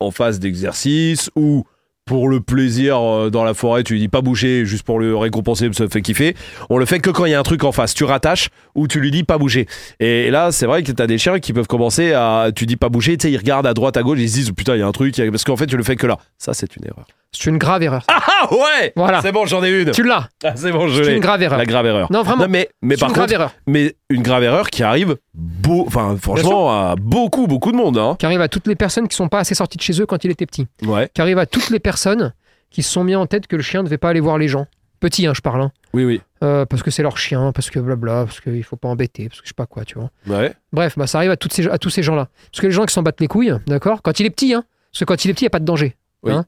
Speaker 1: en phase d'exercice ou pour le plaisir euh, dans la forêt, tu lui dis pas bouger juste pour le récompenser, ça fait kiffer. On le fait que quand il y a un truc en face. Tu rattaches ou tu lui dis pas bouger. Et là, c'est vrai que t'as des chiens qui peuvent commencer à. Tu dis pas bouger, tu sais, ils regardent à droite, à gauche, ils se disent putain, il y a un truc, il y a- parce qu'en fait, tu le fais que là. Ça, c'est une erreur.
Speaker 2: C'est une grave erreur.
Speaker 1: Ah ouais
Speaker 2: Voilà.
Speaker 1: C'est bon, j'en ai une.
Speaker 2: Tu l'as.
Speaker 1: Ah, c'est bon, je
Speaker 2: C'est
Speaker 1: l'ai.
Speaker 2: une grave erreur.
Speaker 1: La grave erreur.
Speaker 2: Non, vraiment.
Speaker 1: Non, mais, mais
Speaker 2: C'est
Speaker 1: par
Speaker 2: une
Speaker 1: contre,
Speaker 2: grave erreur
Speaker 1: mais une grave erreur qui arrive beau, enfin, franchement, à beaucoup, beaucoup de monde. Hein.
Speaker 2: qui arrive à toutes les personnes qui sont pas assez sorties de chez eux quand il était petit,
Speaker 1: Ouais.
Speaker 2: qui arrive à toutes les personnes qui se sont mis en tête que le chien ne devait pas aller voir les gens. Petit, hein, je parle, hein.
Speaker 1: Oui, oui.
Speaker 2: Euh, parce que c'est leur chien, parce que blabla, parce qu'il faut pas embêter, parce que je sais pas quoi, tu vois.
Speaker 1: Ouais.
Speaker 2: Bref, bah, ça arrive à, toutes ces, à tous ces gens-là. Parce que les gens qui s'en battent les couilles, d'accord Quand il est petit, hein, parce que quand il est petit, il n'y a pas de danger.
Speaker 1: Oui.
Speaker 2: hein,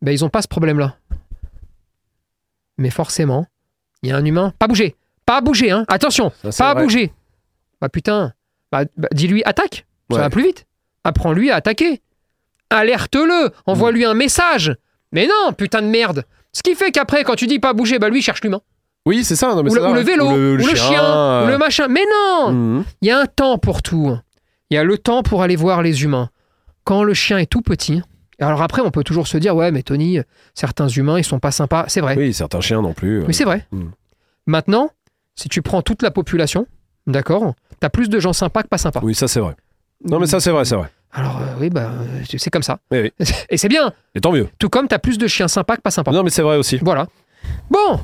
Speaker 2: ben, ils ont pas ce problème-là. Mais forcément, il y a un humain. Pas bouger Pas bouger, hein Attention
Speaker 1: Ça, c'est
Speaker 2: Pas
Speaker 1: vrai.
Speaker 2: bouger. Bah putain, bah, bah, dis-lui attaque,
Speaker 1: Ouais.
Speaker 2: ça va plus vite. Apprends-lui à attaquer. Alerte-le, envoie-lui
Speaker 1: Hmm.
Speaker 2: un message. Mais non, putain de merde. Ce qui fait qu'après, quand tu dis pas bouger, bah lui il cherche l'humain.
Speaker 1: Oui, c'est ça. non, mais
Speaker 2: Ou,
Speaker 1: c'est
Speaker 2: le- ou
Speaker 1: vrai.
Speaker 2: le vélo, ou le, chien,
Speaker 1: euh,
Speaker 2: ou le machin. Mais non,
Speaker 1: Mhm.
Speaker 2: il y a un temps pour tout. Il y a le temps pour aller voir les humains. Quand le chien est tout petit, alors après on peut toujours se dire, ouais mais Tony, certains humains ils sont pas sympas, c'est vrai.
Speaker 1: Oui, certains chiens non plus. euh,
Speaker 2: Mais c'est vrai.
Speaker 1: Mm.
Speaker 2: Maintenant, si tu prends toute la population, d'accord, t'as plus de gens sympas que pas sympas.
Speaker 1: Oui, ça, c'est vrai. Non, mais ça, c'est vrai, c'est vrai.
Speaker 2: Alors, euh, oui, bah, euh, c'est comme ça.
Speaker 1: Oui,
Speaker 2: Et c'est bien,
Speaker 1: Et tant mieux.
Speaker 2: tout comme t'as plus de chiens sympas que pas sympas.
Speaker 1: Non, mais c'est vrai aussi.
Speaker 2: Voilà. Bon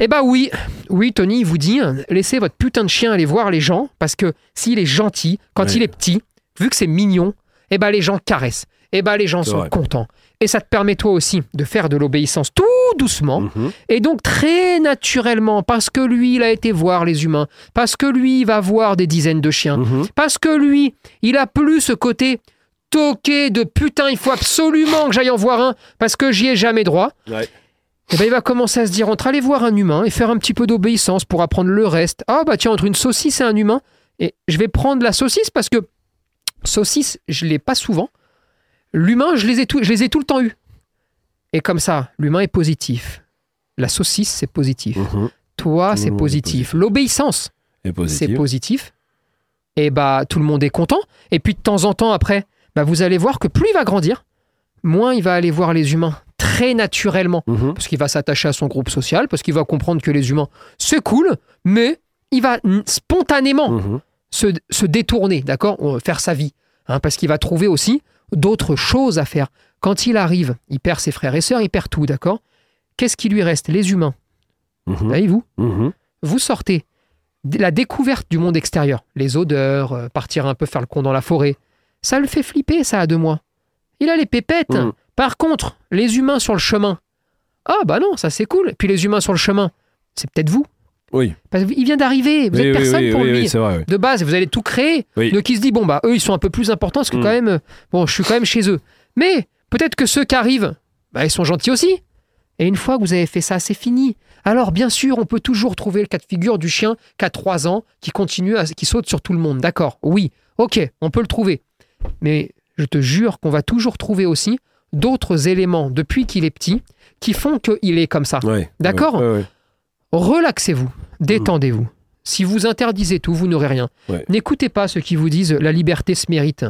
Speaker 2: Eh bah oui, oui, Tony il vous dit, laissez votre putain de chien aller voir les gens, parce que s'il est gentil, quand
Speaker 1: Ouais.
Speaker 2: il est petit, vu que c'est mignon, eh bah les gens caressent, eh bah les gens
Speaker 1: C'est
Speaker 2: sont
Speaker 1: vrai.
Speaker 2: contents. Et ça te permet toi aussi de faire de l'obéissance tout doucement,
Speaker 1: Mhm.
Speaker 2: et donc très naturellement, parce que lui, il a été voir les humains, parce que lui, il va voir des dizaines de chiens,
Speaker 1: Mhm.
Speaker 2: parce que lui, il a plus ce côté toqué de putain, il faut absolument que j'aille en voir un, parce que j'y ai jamais droit.
Speaker 1: Ouais.
Speaker 2: Et ben, il va commencer à se dire entre aller voir un humain et faire un petit peu d'obéissance pour apprendre le reste. Ah bah tiens, entre une saucisse et un humain, et je vais prendre la saucisse parce que saucisse, je l'ai pas souvent. L'humain, je les ai tout, je les ai tout le temps eu. Et comme ça, l'humain est positif. La saucisse, c'est positif.
Speaker 1: Mhm.
Speaker 2: Toi,
Speaker 1: Tout le
Speaker 2: c'est
Speaker 1: monde est
Speaker 2: positif. L'obéissance,
Speaker 1: Et
Speaker 2: c'est
Speaker 1: positif.
Speaker 2: positif. Et bah tout le monde est content. Et puis de temps en temps après, bah, vous allez voir que plus il va grandir, moins il va aller voir les humains très naturellement
Speaker 1: Mhm.
Speaker 2: parce qu'il va s'attacher à son groupe social, parce qu'il va comprendre que les humains, c'est cool, mais il va mm, spontanément
Speaker 1: Mhm.
Speaker 2: se, se détourner, d'accord Euh, Faire sa vie. hein, parce qu'il va trouver aussi d'autres choses à faire. Quand il arrive, il perd ses frères et sœurs, il perd tout, d'accord Qu'est-ce qui lui reste Les humains.
Speaker 1: Mhm.
Speaker 2: Voyez-vous
Speaker 1: Mhm.
Speaker 2: vous sortez, D- la découverte du monde extérieur, les odeurs, euh, partir un peu faire le con dans la forêt, ça le fait flipper, ça, à deux mois. Il a les pépettes.
Speaker 1: Mhm.
Speaker 2: Par contre, les humains sur le chemin, ah bah non, ça c'est cool. Et puis les humains sur le chemin, c'est peut-être vous.
Speaker 1: Oui.
Speaker 2: Parce qu'il vient d'arriver, vous
Speaker 1: Oui,
Speaker 2: êtes
Speaker 1: oui,
Speaker 2: personne
Speaker 1: oui,
Speaker 2: pour
Speaker 1: oui,
Speaker 2: lui.
Speaker 1: oui, c'est vrai. oui.
Speaker 2: de base, vous allez tout créer.
Speaker 1: Oui.
Speaker 2: Donc il se dit, bon, bah eux, ils sont un peu plus importants parce que
Speaker 1: Mhm.
Speaker 2: quand même, euh, bon, je suis quand même chez eux. Mais peut-être que ceux qui arrivent, bah, ils sont gentils aussi. Et une fois que vous avez fait ça, c'est fini. Alors, bien sûr, on peut toujours trouver le cas de figure du chien qu'à 3 ans qui continue, à, qui saute sur tout le monde. D'accord, oui, ok, on peut le trouver. Mais je te jure qu'on va toujours trouver aussi d'autres éléments depuis qu'il est petit qui font qu'il est comme ça.
Speaker 1: Ouais.
Speaker 2: D'accord
Speaker 1: Ouais, ouais.
Speaker 2: Relaxez-vous, détendez-vous. Si vous interdisez tout, vous n'aurez rien.
Speaker 1: Ouais.
Speaker 2: N'écoutez pas ceux qui vous disent la liberté se mérite.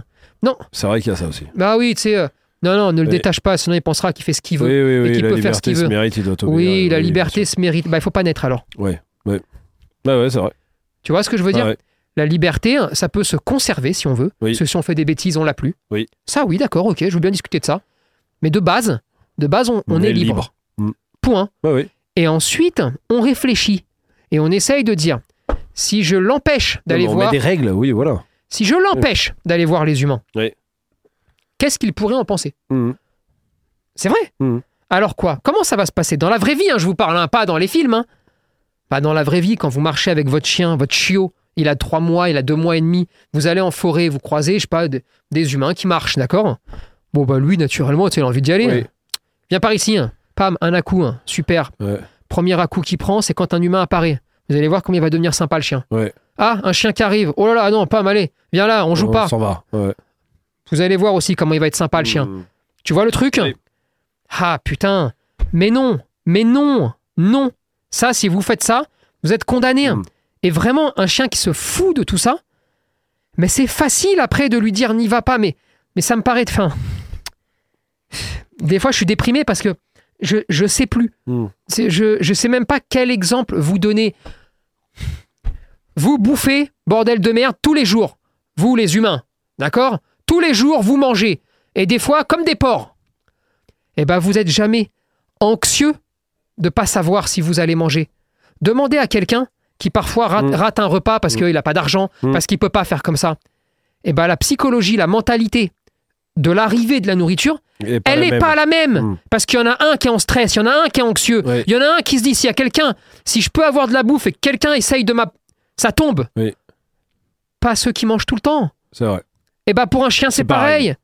Speaker 1: C'est vrai qu'il y a ça aussi.
Speaker 2: Bah oui, tu sais, euh, non, non, ne le
Speaker 1: Ouais.
Speaker 2: détache pas, sinon il pensera qu'il fait ce qu'il
Speaker 1: Oui,
Speaker 2: veut.
Speaker 1: oui,
Speaker 2: et
Speaker 1: oui.
Speaker 2: qu'il
Speaker 1: La
Speaker 2: peut faire ce
Speaker 1: liberté
Speaker 2: qu'il
Speaker 1: se
Speaker 2: veut.
Speaker 1: mérite, il doit
Speaker 2: Oui,
Speaker 1: obéir.
Speaker 2: la
Speaker 1: bien
Speaker 2: liberté se mérite. Bah, il faut pas naître alors.
Speaker 1: sûr. Ouais, ouais, c'est vrai.
Speaker 2: Tu vois ce que je veux dire
Speaker 1: Ah, ouais.
Speaker 2: La liberté, hein, ça peut se conserver si on veut.
Speaker 1: Oui.
Speaker 2: Parce que si on fait des bêtises, on l'a plus.
Speaker 1: Oui.
Speaker 2: Ça, oui, d'accord, ok, je veux bien discuter de ça. Mais de base, de base, on, on est, libre.
Speaker 1: Mm.
Speaker 2: Point.
Speaker 1: Ouais, ouais.
Speaker 2: Et ensuite, on réfléchit et on essaye de dire si je l'empêche d'aller
Speaker 1: Non, mais On
Speaker 2: voir.
Speaker 1: met des règles, oui, voilà.
Speaker 2: Si je l'empêche d'aller voir les humains,
Speaker 1: Oui.
Speaker 2: qu'est-ce qu'il pourrait en penser
Speaker 1: Mhm.
Speaker 2: C'est vrai
Speaker 1: Mhm.
Speaker 2: Alors quoi Comment ça va se passer Dans la vraie vie, hein, je vous parle, hein, pas dans les films. hein. Bah, dans la vraie vie, quand vous marchez avec votre chien, votre chiot, il a trois mois, il a deux mois et demi, vous allez en forêt, vous croisez, je sais pas, de- des humains qui marchent, d'accord Bon, bah lui, naturellement, tu as envie d'y aller.
Speaker 1: Oui.
Speaker 2: hein. Viens par ici, hein. pam, un à coup, hein. super.
Speaker 1: Ouais.
Speaker 2: Premier à coup qu'il prend, c'est quand un humain apparaît. Vous allez voir comment il va devenir sympa le chien.
Speaker 1: Ouais.
Speaker 2: Ah, un chien qui arrive. Oh là là, non, Pam, allez, viens là, on joue pas.
Speaker 1: On s'en va. Ouais.
Speaker 2: Vous allez voir aussi comment il va être sympa le chien.
Speaker 1: Mhm.
Speaker 2: Tu vois le truc
Speaker 1: Oui.
Speaker 2: Ah putain Mais non Mais non Non Ça, si vous faites ça, vous êtes condamné. hein.
Speaker 1: Mm.
Speaker 2: Et vraiment, un chien qui se fout de tout ça, mais c'est facile après de lui dire n'y va pas, mais, mais ça me paraît de fin. Des fois, je suis déprimé parce que je, je sais plus.
Speaker 1: Mm.
Speaker 2: C'est- Je, je sais même pas quel exemple vous donner. Vous bouffez, bordel de merde, tous les jours. Vous, les humains. D'accord Tous les jours, vous mangez. Et des fois, comme des porcs. Eh ben, vous êtes jamais anxieux de pas savoir si vous allez manger. Demandez à quelqu'un qui parfois rate,
Speaker 1: Mm.
Speaker 2: rate un repas parce qu'il n'a pas d'argent,
Speaker 1: Mm.
Speaker 2: parce qu'il peut pas faire comme ça. Eh ben, la psychologie, la mentalité de l'arrivée de la nourriture,
Speaker 1: Et
Speaker 2: elle
Speaker 1: la
Speaker 2: n'est
Speaker 1: même.
Speaker 2: pas la même.
Speaker 1: Mm.
Speaker 2: Parce qu'il y en a un qui est en stress, il y en a un qui est anxieux, il
Speaker 1: Ouais.
Speaker 2: y en a un qui se dit s'il y a quelqu'un, si je peux avoir de la bouffe et que quelqu'un essaye de m'a. Ça tombe.
Speaker 1: Oui.
Speaker 2: Pas ceux qui mangent tout le temps.
Speaker 1: C'est vrai.
Speaker 2: Et bah pour un chien, c'est
Speaker 1: C'est pareil.
Speaker 2: pareil.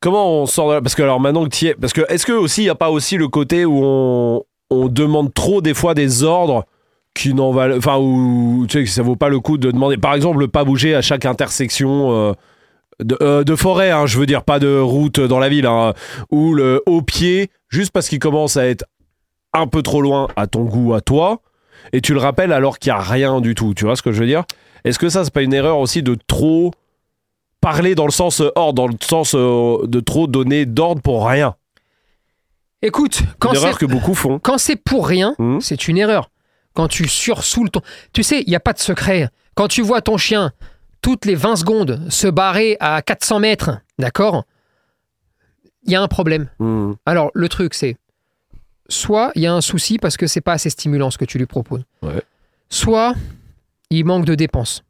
Speaker 1: Comment on sort de là Parce que alors maintenant que tu es, parce que est-ce que aussi il n'y a pas aussi le côté où on, on demande trop des fois des ordres qui n'en valent, enfin où tu sais que ça vaut pas le coup de demander. Par exemple, pas bouger à chaque intersection. euh, de, euh, de forêt, hein, je veux dire, pas de route dans la ville, hein, ou le au pied, juste parce qu'il commence à être un peu trop loin à ton goût, à toi, et tu le rappelles alors qu'il n'y a rien du tout, tu vois ce que je veux dire Est-ce que ça, c'est pas une erreur aussi de trop parler dans le sens euh, ordre, dans le sens euh, de trop donner d'ordre pour rien
Speaker 2: Écoute, quand
Speaker 1: Une
Speaker 2: c'est
Speaker 1: erreur que beaucoup font.
Speaker 2: quand c'est pour rien,
Speaker 1: Hmm.
Speaker 2: c'est une erreur. Quand tu sursoules ton. Tu sais, il n'y a pas de secret. Quand tu vois ton chien toutes les 20 secondes se barrer à 400 mètres, d'accord Il y a un problème.
Speaker 1: Hmm.
Speaker 2: Alors, le truc, c'est soit il y a un souci parce que c'est pas assez stimulant ce que tu lui proposes.
Speaker 1: Ouais.
Speaker 2: Soit il manque de dépenses.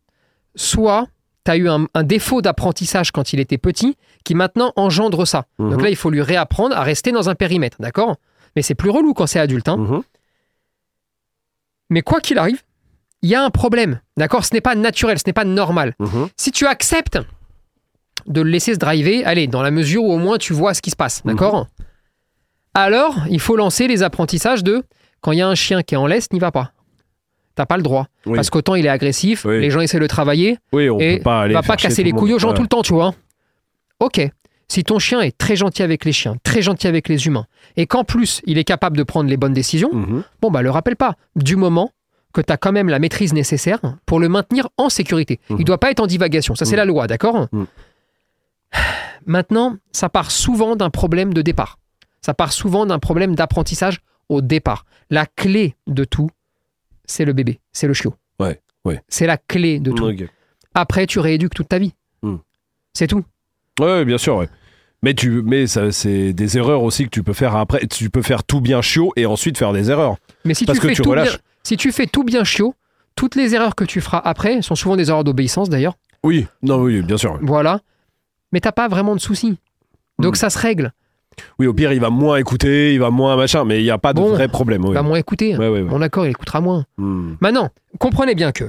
Speaker 2: Soit tu as eu un, un défaut d'apprentissage quand il était petit qui maintenant engendre ça. Donc
Speaker 1: Mhm.
Speaker 2: là, il faut lui réapprendre à rester dans un périmètre, d'accord Mais c'est plus relou quand c'est adulte. hein.
Speaker 1: Mhm.
Speaker 2: Mais quoi qu'il arrive, il y a un problème, d'accord Ce n'est pas naturel, ce n'est pas normal.
Speaker 1: Mhm.
Speaker 2: Si tu acceptes de le laisser se driver, allez, dans la mesure où au moins tu vois ce qui se passe,
Speaker 1: Mhm.
Speaker 2: d'accord Alors, il faut lancer les apprentissages de quand il y a un chien qui est en laisse, n'y va pas. T'as pas le droit.
Speaker 1: Oui.
Speaker 2: Parce qu'autant il est agressif,
Speaker 1: Oui.
Speaker 2: les gens essaient de le travailler,
Speaker 1: Oui, on
Speaker 2: Et
Speaker 1: peut pas aller.
Speaker 2: va pas
Speaker 1: faire chier
Speaker 2: casser
Speaker 1: tout
Speaker 2: les couilles
Speaker 1: monde.
Speaker 2: aux gens
Speaker 1: Ouais.
Speaker 2: tout le temps, tu vois. Ok. Si ton chien est très gentil avec les chiens, très gentil avec les humains, et qu'en plus il est capable de prendre les bonnes décisions,
Speaker 1: Mhm.
Speaker 2: bon bah le rappelle pas. Du moment que tu as quand même la maîtrise nécessaire pour le maintenir en sécurité.
Speaker 1: Mhm.
Speaker 2: Il doit pas être en divagation, ça c'est
Speaker 1: Mhm.
Speaker 2: la loi, d'accord
Speaker 1: Mhm.
Speaker 2: Maintenant, ça part souvent d'un problème de départ. Ça part souvent d'un problème d'apprentissage au départ. La clé de tout, c'est le bébé, c'est le chiot.
Speaker 1: Ouais, ouais.
Speaker 2: C'est la clé de tout.
Speaker 1: Ok.
Speaker 2: Après, tu rééduques toute ta vie.
Speaker 1: Hmm.
Speaker 2: C'est tout.
Speaker 1: Ouais, ouais, bien sûr. ouais. Mais tu, mais ça, c'est des erreurs aussi que tu peux faire après. Tu peux faire tout bien chiot et ensuite faire des erreurs.
Speaker 2: Mais si
Speaker 1: Parce
Speaker 2: tu,
Speaker 1: que
Speaker 2: fais
Speaker 1: tu
Speaker 2: tout bien,
Speaker 1: relâches.
Speaker 2: si tu fais tout bien chiot, toutes les erreurs que tu feras après sont souvent des erreurs d'obéissance d'ailleurs.
Speaker 1: Oui. Non, oui, bien sûr.
Speaker 2: Voilà. Mais t'as pas vraiment de soucis. Donc
Speaker 1: Hmm.
Speaker 2: ça se règle.
Speaker 1: Oui, au pire, il va moins écouter, il va moins machin, mais il n'y a pas de
Speaker 2: Bon.
Speaker 1: vrai problème. Oui.
Speaker 2: Va moins écouter.
Speaker 1: Ouais, ouais, ouais.
Speaker 2: Bah, Mon accord, il écoutera moins.
Speaker 1: Hmm.
Speaker 2: Maintenant, comprenez bien que.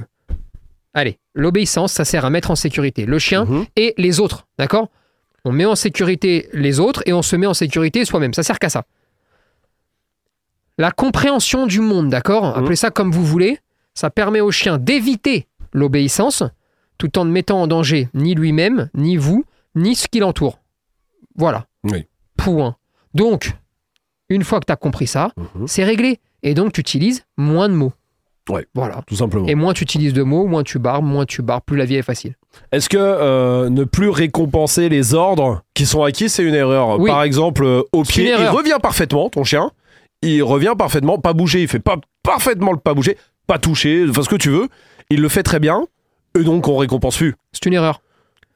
Speaker 2: Allez, l'obéissance, ça sert à mettre en sécurité le chien
Speaker 1: Mhm.
Speaker 2: et les autres. D'accord On met en sécurité les autres et on se met en sécurité soi-même. Ça sert qu'à ça. La compréhension du monde, d'accord
Speaker 1: Mhm.
Speaker 2: Appelez ça comme vous voulez. Ça permet au chien d'éviter l'obéissance tout en ne mettant en danger ni lui-même, ni vous, ni ce qui l'entoure. Voilà.
Speaker 1: Oui.
Speaker 2: Point. Donc, une fois que tu as compris ça,
Speaker 1: Mhm.
Speaker 2: c'est réglé. Et donc, tu utilises moins de mots.
Speaker 1: Ouais. Mhm.
Speaker 2: Voilà.
Speaker 1: Tout simplement.
Speaker 2: Et moins tu utilises de mots, moins tu barres, moins tu barres, plus la vie est facile.
Speaker 1: Est-ce que euh, ne plus récompenser les ordres qui sont acquis, c'est une erreur
Speaker 2: Oui.
Speaker 1: Par exemple, euh, au
Speaker 2: C'est une
Speaker 1: pied, il
Speaker 2: erreur.
Speaker 1: revient parfaitement, ton chien. Il revient parfaitement, pas bouger, il fait pas parfaitement le pas bouger, pas toucher, enfin ce que tu veux. Il le fait très bien, et donc on récompense plus.
Speaker 2: C'est une erreur.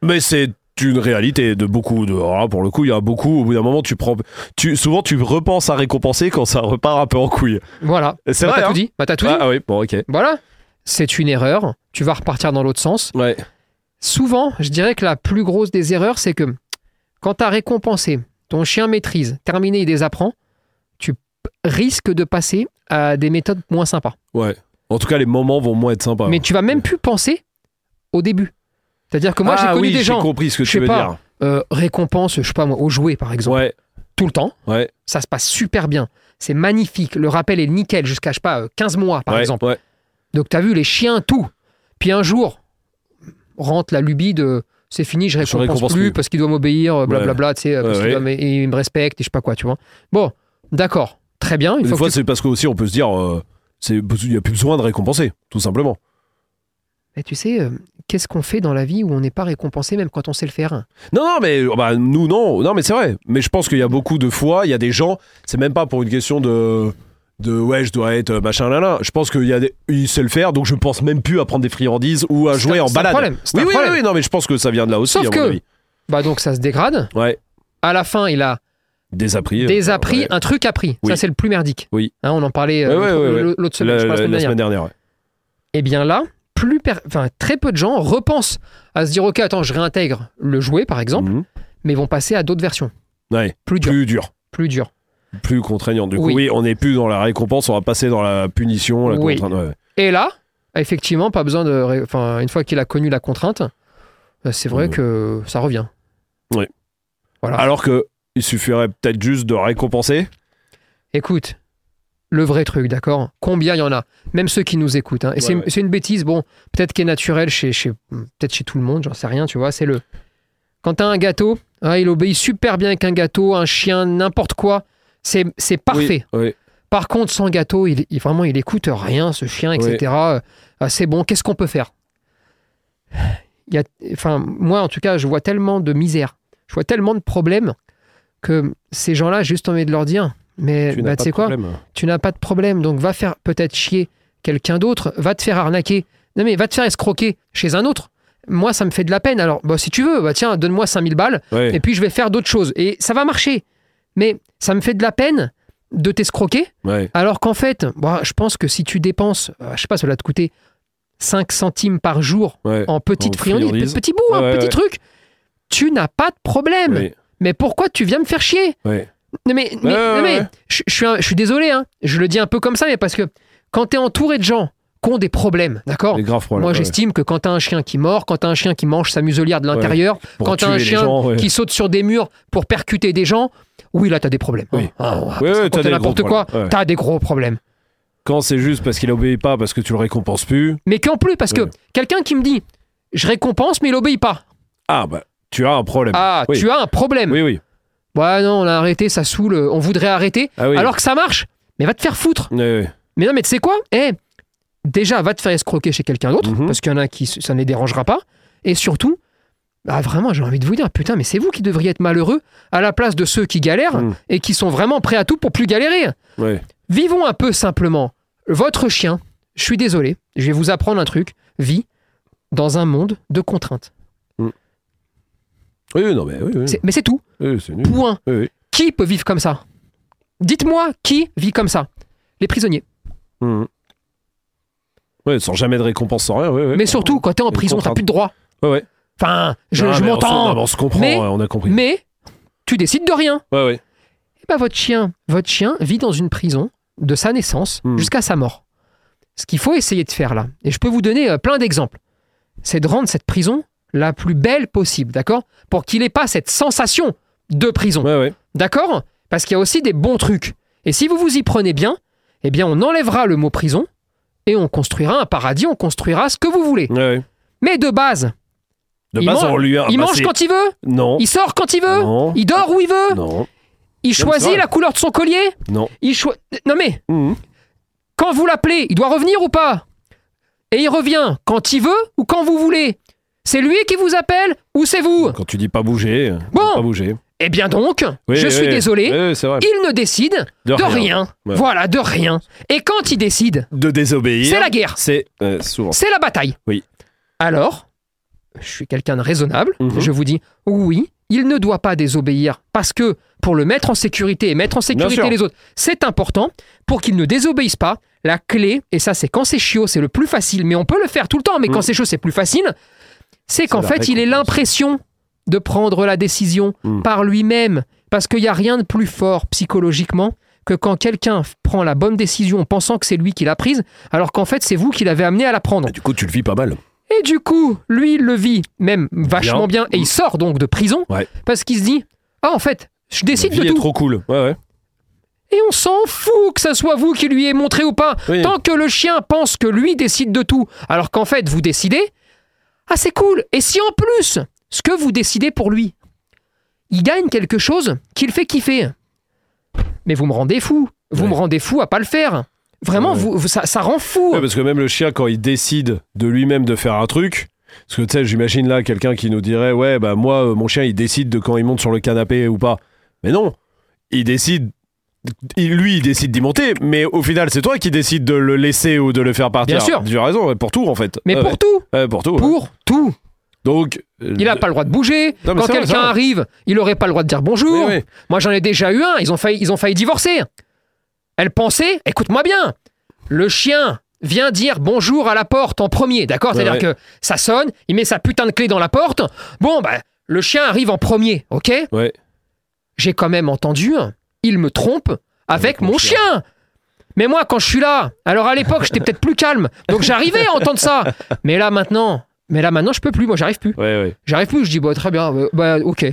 Speaker 1: Mais c'est une réalité de beaucoup de. alors là, pour le coup, il y a beaucoup. Au bout d'un moment, tu prends. Tu, souvent, tu repenses à récompenser quand ça repart un peu en couille.
Speaker 2: Voilà.
Speaker 1: Et C'est
Speaker 2: Bah,
Speaker 1: vrai.
Speaker 2: t'as
Speaker 1: hein
Speaker 2: tout dit. Bah, t'as tout
Speaker 1: ah,
Speaker 2: dit.
Speaker 1: ah oui, bon, ok.
Speaker 2: Voilà. C'est une erreur. Tu vas repartir dans l'autre sens.
Speaker 1: Ouais.
Speaker 2: Souvent, je dirais que la plus grosse des erreurs, c'est que quand tu as récompensé, ton chien maîtrise, terminé, il désapprend, tu p- risques de passer à des méthodes moins sympas.
Speaker 1: Ouais. En tout cas, les moments vont moins être sympas.
Speaker 2: Mais tu vas même plus penser au début. C'est-à-dire que moi,
Speaker 1: Ah
Speaker 2: j'ai connu
Speaker 1: oui,
Speaker 2: des gens,
Speaker 1: compris ce que
Speaker 2: je
Speaker 1: tu
Speaker 2: sais
Speaker 1: veux
Speaker 2: pas,
Speaker 1: dire.
Speaker 2: euh, récompense, je sais pas moi, au jouet par exemple,
Speaker 1: Ouais,
Speaker 2: tout le temps.
Speaker 1: ouais.
Speaker 2: ça se passe super bien. C'est magnifique. Le rappel est nickel jusqu'à, je sais pas, euh, 15 mois, par
Speaker 1: ouais,
Speaker 2: exemple.
Speaker 1: ouais.
Speaker 2: Donc, tu as vu les chiens, tout. Puis un jour, rentre la lubie de c'est fini, je récompense,
Speaker 1: récompense
Speaker 2: plus,
Speaker 1: plus.
Speaker 2: parce qu'il doit m'obéir, euh, blablabla, tu sais, euh, parce
Speaker 1: Ouais,
Speaker 2: qu'il doit
Speaker 1: ouais.
Speaker 2: me- il me respecte, et je sais pas quoi, tu vois. Bon, d'accord, très bien. Il
Speaker 1: Des
Speaker 2: faut
Speaker 1: fois,
Speaker 2: que tu-
Speaker 1: c'est parce qu'aussi, on peut se dire, euh, c'est- il n'y a plus besoin de récompenser, tout simplement.
Speaker 2: Mais tu sais, euh, qu'est-ce qu'on fait dans la vie où on n'est pas récompensé, même quand on sait le faire
Speaker 1: Non, non, mais euh, bah, nous, non. Non, mais c'est vrai. Mais je pense qu'il y a beaucoup de fois, il y a des gens, c'est même pas pour une question de. De ouais, je dois être euh, machin là là. Je pense qu'il y a des. Il sait le faire, donc je pense même plus à prendre des friandises ou à
Speaker 2: C'est
Speaker 1: jouer
Speaker 2: un-
Speaker 1: en
Speaker 2: c'est un
Speaker 1: balade.
Speaker 2: problème, c'est
Speaker 1: oui,
Speaker 2: un
Speaker 1: oui,
Speaker 2: problème.
Speaker 1: oui, non, mais je pense que ça vient de là aussi. à
Speaker 2: Sauf
Speaker 1: mon
Speaker 2: que-
Speaker 1: avis.
Speaker 2: Bah, donc ça se dégrade.
Speaker 1: Ouais,
Speaker 2: À la fin, il a
Speaker 1: désappris. euh,
Speaker 2: désappris
Speaker 1: ouais.
Speaker 2: un truc appris.
Speaker 1: Oui.
Speaker 2: Ça, c'est le plus merdique.
Speaker 1: Oui.
Speaker 2: Hein, on en parlait euh,
Speaker 1: Ouais, ouais,
Speaker 2: l'autre
Speaker 1: ouais, ouais.
Speaker 2: l'autre semaine,
Speaker 1: La,
Speaker 2: je sais pas, la
Speaker 1: la-
Speaker 2: semaine
Speaker 1: la
Speaker 2: dernière.
Speaker 1: semaine dernière. ouais.
Speaker 2: et Eh bien là, plus per- enfin, très peu de gens repensent à se dire ok attends je réintègre le jouet par exemple,
Speaker 1: Mhm.
Speaker 2: mais vont passer à d'autres versions,
Speaker 1: Ouais,
Speaker 2: plus dures,
Speaker 1: Plus dur,
Speaker 2: plus dures.
Speaker 1: plus contraignant. Du coup,
Speaker 2: Oui.
Speaker 1: oui, on n'est plus dans la récompense, on va passer dans la punition, la
Speaker 2: Oui.
Speaker 1: contrainte. ouais.
Speaker 2: Et là, effectivement, pas besoin de, ré- enfin une fois qu'il a connu la contrainte, euh, c'est vrai
Speaker 1: Mhm.
Speaker 2: que ça revient.
Speaker 1: Oui.
Speaker 2: Voilà.
Speaker 1: Alors que il suffirait peut-être juste de récompenser.
Speaker 2: Écoute, le vrai truc, d'accord Combien il y en a Même ceux qui nous écoutent. hein. Et
Speaker 1: Ouais,
Speaker 2: c'est
Speaker 1: ouais.
Speaker 2: c'est une bêtise, bon, peut-être qui est naturelle chez, chez, peut-être chez tout le monde, j'en sais rien, tu vois. C'est le. Quand t'as un gâteau, ah, il obéit super bien avec un gâteau, un chien, n'importe quoi. C'est c'est parfait.
Speaker 1: Oui, oui.
Speaker 2: Par contre, sans gâteau, il, il- vraiment, il écoute rien, ce chien,
Speaker 1: Ouais.
Speaker 2: etc. Euh, ah, c'est bon, qu'est-ce qu'on peut faire Il y a, enfin, Moi, en tout cas, je vois tellement de misère, je vois tellement de problèmes que ces gens-là, j'ai juste envie de leur dire, mais
Speaker 1: Tu n'as
Speaker 2: bah,
Speaker 1: pas
Speaker 2: tu sais
Speaker 1: de
Speaker 2: quoi
Speaker 1: problème.
Speaker 2: tu n'as pas de problème, donc va faire peut-être chier quelqu'un d'autre, va te faire arnaquer, non mais va te faire escroquer chez un autre, moi, ça me fait de la peine. Alors, bah, si tu veux, bah, tiens, donne-moi 5000 balles,
Speaker 1: Ouais.
Speaker 2: et puis je vais faire d'autres choses. Et ça va marcher. Mais ça me fait de la peine de t'escroquer,
Speaker 1: ouais.
Speaker 2: alors qu'en fait, bah, je pense que si tu dépenses, euh, je sais pas, ça va te coûter 5 centimes par jour
Speaker 1: ouais.
Speaker 2: en petites
Speaker 1: En
Speaker 2: friandises,
Speaker 1: friandises.
Speaker 2: petit bout,
Speaker 1: Ouais,
Speaker 2: un
Speaker 1: ouais,
Speaker 2: petit
Speaker 1: ouais.
Speaker 2: truc, tu n'as pas de problème.
Speaker 1: Oui,
Speaker 2: Mais pourquoi tu viens me faire chier
Speaker 1: ouais.
Speaker 2: non mais, mais-
Speaker 1: ouais,
Speaker 2: non, mais
Speaker 1: ouais.
Speaker 2: je, je suis un- je suis désolé, hein. je le dis un peu comme ça, mais parce que quand t'es entouré de gens qui ont des problèmes, d'accord
Speaker 1: Les graves problèmes.
Speaker 2: Moi
Speaker 1: ouais.
Speaker 2: j'estime que quand t'as un chien qui mord, quand t'as un chien qui mange sa muselière de l'intérieur,
Speaker 1: Pour
Speaker 2: quand t'as
Speaker 1: tuer
Speaker 2: un
Speaker 1: les
Speaker 2: chien
Speaker 1: gens, ouais.
Speaker 2: qui saute sur des murs pour percuter des gens, oui là t'as des problèmes.
Speaker 1: Oui.
Speaker 2: Ah, on
Speaker 1: Ouais,
Speaker 2: va pas se
Speaker 1: ouais,
Speaker 2: raconter
Speaker 1: t'as des gros
Speaker 2: n'importe quoi,
Speaker 1: problèmes, ouais.
Speaker 2: t'as des gros problèmes.
Speaker 1: Quand c'est juste parce qu'il obéit pas, parce que tu le récompenses plus.
Speaker 2: Mais qu'en plus, parce
Speaker 1: Ouais.
Speaker 2: que quelqu'un qui me dit je récompense mais il obéit pas.
Speaker 1: Ah bah, tu as un problème.
Speaker 2: Ah,
Speaker 1: oui.
Speaker 2: tu as un problème.
Speaker 1: Oui, oui.
Speaker 2: Ouais non, on a arrêté, ça saoule, euh, on voudrait arrêter,
Speaker 1: Ah oui.
Speaker 2: alors que ça marche. Mais va te faire foutre.
Speaker 1: Ouais, ouais.
Speaker 2: Mais non, mais tu sais quoi Eh, Déjà, va te faire escroquer chez quelqu'un d'autre,
Speaker 1: Mhm.
Speaker 2: parce qu'il y en a qui, ça ne les dérangera pas. Et surtout, bah vraiment, j'ai envie de vous dire, putain, mais c'est vous qui devriez être malheureux à la place de ceux qui galèrent
Speaker 1: Mhm.
Speaker 2: et qui sont vraiment prêts à tout pour plus galérer.
Speaker 1: Ouais.
Speaker 2: Vivons un peu simplement. Votre chien, je suis désolé, je vais vous apprendre un truc, vit dans un monde de contraintes.
Speaker 1: Oui, oui, non, mais oui, oui.
Speaker 2: C'est- Mais c'est tout,
Speaker 1: Oui, c'est nul.
Speaker 2: point.
Speaker 1: Oui, oui.
Speaker 2: Qui peut vivre comme ça Dites-moi qui vit comme ça Les prisonniers.
Speaker 1: Mhm. Ouais, sans jamais de récompense, sans rien. Ouais, ouais.
Speaker 2: Mais surtout, quand t'es en
Speaker 1: Une
Speaker 2: prison, t'as
Speaker 1: contrainte.
Speaker 2: plus de droit.
Speaker 1: Ouais, ouais.
Speaker 2: Enfin, je,
Speaker 1: Non,
Speaker 2: je
Speaker 1: mais on se-
Speaker 2: m'entends.
Speaker 1: non, mais On se comprend,
Speaker 2: Mais-
Speaker 1: ouais, on a compris.
Speaker 2: mais tu décides de rien.
Speaker 1: Ouais, ouais.
Speaker 2: Et bah, votre chien, votre chien vit dans une prison de sa naissance
Speaker 1: Hmm.
Speaker 2: jusqu'à sa mort. Ce qu'il faut essayer de faire là, et je peux vous donner euh, plein d'exemples, c'est de rendre cette prison la plus belle possible, d'accord Pour qu'il n'ait pas cette sensation de prison,
Speaker 1: Ouais, ouais.
Speaker 2: d'accord Parce qu'il y a aussi des bons trucs. Et si vous vous y prenez bien, eh bien on enlèvera le mot prison et on construira un paradis, on construira ce que vous voulez.
Speaker 1: ouais, ouais.
Speaker 2: Mais de base,
Speaker 1: De
Speaker 2: Il
Speaker 1: base,
Speaker 2: mange-
Speaker 1: on lui a.
Speaker 2: il
Speaker 1: bah,
Speaker 2: mange
Speaker 1: c'est-
Speaker 2: quand il veut,
Speaker 1: Non.
Speaker 2: il sort quand il veut,
Speaker 1: Non.
Speaker 2: il dort où il veut,
Speaker 1: Non.
Speaker 2: il
Speaker 1: c'est vrai.
Speaker 2: choisit la couleur de son collier,
Speaker 1: Non.
Speaker 2: il choi- Non mais,
Speaker 1: Mhm.
Speaker 2: quand vous l'appelez, il doit revenir ou pas Et il revient quand il veut ou quand vous voulez C'est lui qui vous appelle ou c'est vous
Speaker 1: Quand tu dis pas bouger, euh,
Speaker 2: Bon.
Speaker 1: pas bouger.
Speaker 2: Eh bien donc,
Speaker 1: Oui,
Speaker 2: je
Speaker 1: oui,
Speaker 2: suis
Speaker 1: oui.
Speaker 2: désolé,
Speaker 1: Oui, oui, c'est vrai.
Speaker 2: il ne décide
Speaker 1: De
Speaker 2: de rien.
Speaker 1: Ouais.
Speaker 2: Voilà, de rien. Et quand il décide,
Speaker 1: De désobéir.
Speaker 2: c'est la guerre,
Speaker 1: C'est euh, souvent.
Speaker 2: c'est la bataille.
Speaker 1: Oui.
Speaker 2: Alors, je suis quelqu'un de raisonnable,
Speaker 1: Mhm.
Speaker 2: je vous dis oui, il ne doit pas désobéir parce que pour le mettre en sécurité et mettre en sécurité
Speaker 1: sûr.
Speaker 2: les autres, c'est important pour qu'il ne désobéisse pas. La clé, et ça c'est quand c'est chiot, c'est le plus facile, mais on peut le faire tout le temps, mais
Speaker 1: Mhm.
Speaker 2: quand c'est chaud, c'est plus facile, c'est qu'en
Speaker 1: la
Speaker 2: fait, il ait
Speaker 1: récompense.
Speaker 2: l'impression de prendre la décision
Speaker 1: Mhm.
Speaker 2: par lui-même parce qu'il n'y a rien de plus fort psychologiquement que quand quelqu'un f- prend la bonne décision en pensant que c'est lui qui l'a prise, alors qu'en fait c'est vous qui l'avez amené à la prendre.
Speaker 1: Et du coup, tu le vis pas mal.
Speaker 2: Et du coup, lui, il le vit même vachement bien, et il sort donc de prison
Speaker 1: Ouais.
Speaker 2: parce qu'il se dit Ah, en fait, je décide
Speaker 1: La vie
Speaker 2: de
Speaker 1: est
Speaker 2: tout.
Speaker 1: trop cool. Ouais, ouais.
Speaker 2: Et on s'en fout que ça soit vous qui lui ayez montré ou pas.
Speaker 1: Oui.
Speaker 2: Tant que le chien pense que lui décide de tout, alors qu'en fait, vous décidez Ah, c'est cool. Et si en plus, ce que vous décidez pour lui, il gagne quelque chose qu'il fait kiffer. Mais vous me rendez fou. Vous
Speaker 1: Ouais.
Speaker 2: me rendez fou à pas le faire. Vraiment,
Speaker 1: Ouais.
Speaker 2: vous, vous- ça, ça rend fou.
Speaker 1: Ouais, parce que même le chien, quand il décide de lui-même de faire un truc, parce que tu sais, j'imagine là quelqu'un qui nous dirait Ouais, bah moi, euh, mon chien, il décide de quand il monte sur le canapé ou pas. Mais non, il décide. il- Lui, il décide d'y monter, mais au final, c'est toi qui décides de le laisser ou de le faire partir.
Speaker 2: Bien sûr.
Speaker 1: Tu as raison, ouais, pour tout en fait.
Speaker 2: Mais
Speaker 1: Ouais,
Speaker 2: pour tout,
Speaker 1: ouais. Ouais, pour tout. ouais.
Speaker 2: pour tout.
Speaker 1: Donc. euh,
Speaker 2: Il n'a pas le droit de bouger.
Speaker 1: Non, mais ça va,
Speaker 2: Quand
Speaker 1: ça
Speaker 2: quelqu'un
Speaker 1: va.
Speaker 2: arrive, il n'aurait pas le droit de dire bonjour.
Speaker 1: Oui, oui.
Speaker 2: Moi, j'en ai déjà eu un. Ils ont failli, ils ont failli divorcer. Elle pensait, écoute-moi bien, le chien vient dire bonjour à la porte en premier, d'accord
Speaker 1: Ouais,
Speaker 2: C'est-à-dire
Speaker 1: ouais.
Speaker 2: que ça sonne, il met sa putain de clé dans la porte. Bon, bah, le chien arrive en premier, ok
Speaker 1: Ouais.
Speaker 2: J'ai quand même entendu, il me trompe avec, mon chien. Mais moi, quand je suis là, alors à l'époque, j'étais peut-être plus calme, donc j'arrivais à entendre ça. Mais là, maintenant, mais là, maintenant, je peux plus, moi, j'arrive plus.
Speaker 1: Ouais, ouais.
Speaker 2: J'arrive plus, je dis, bah, très bien, bah, bah, ok.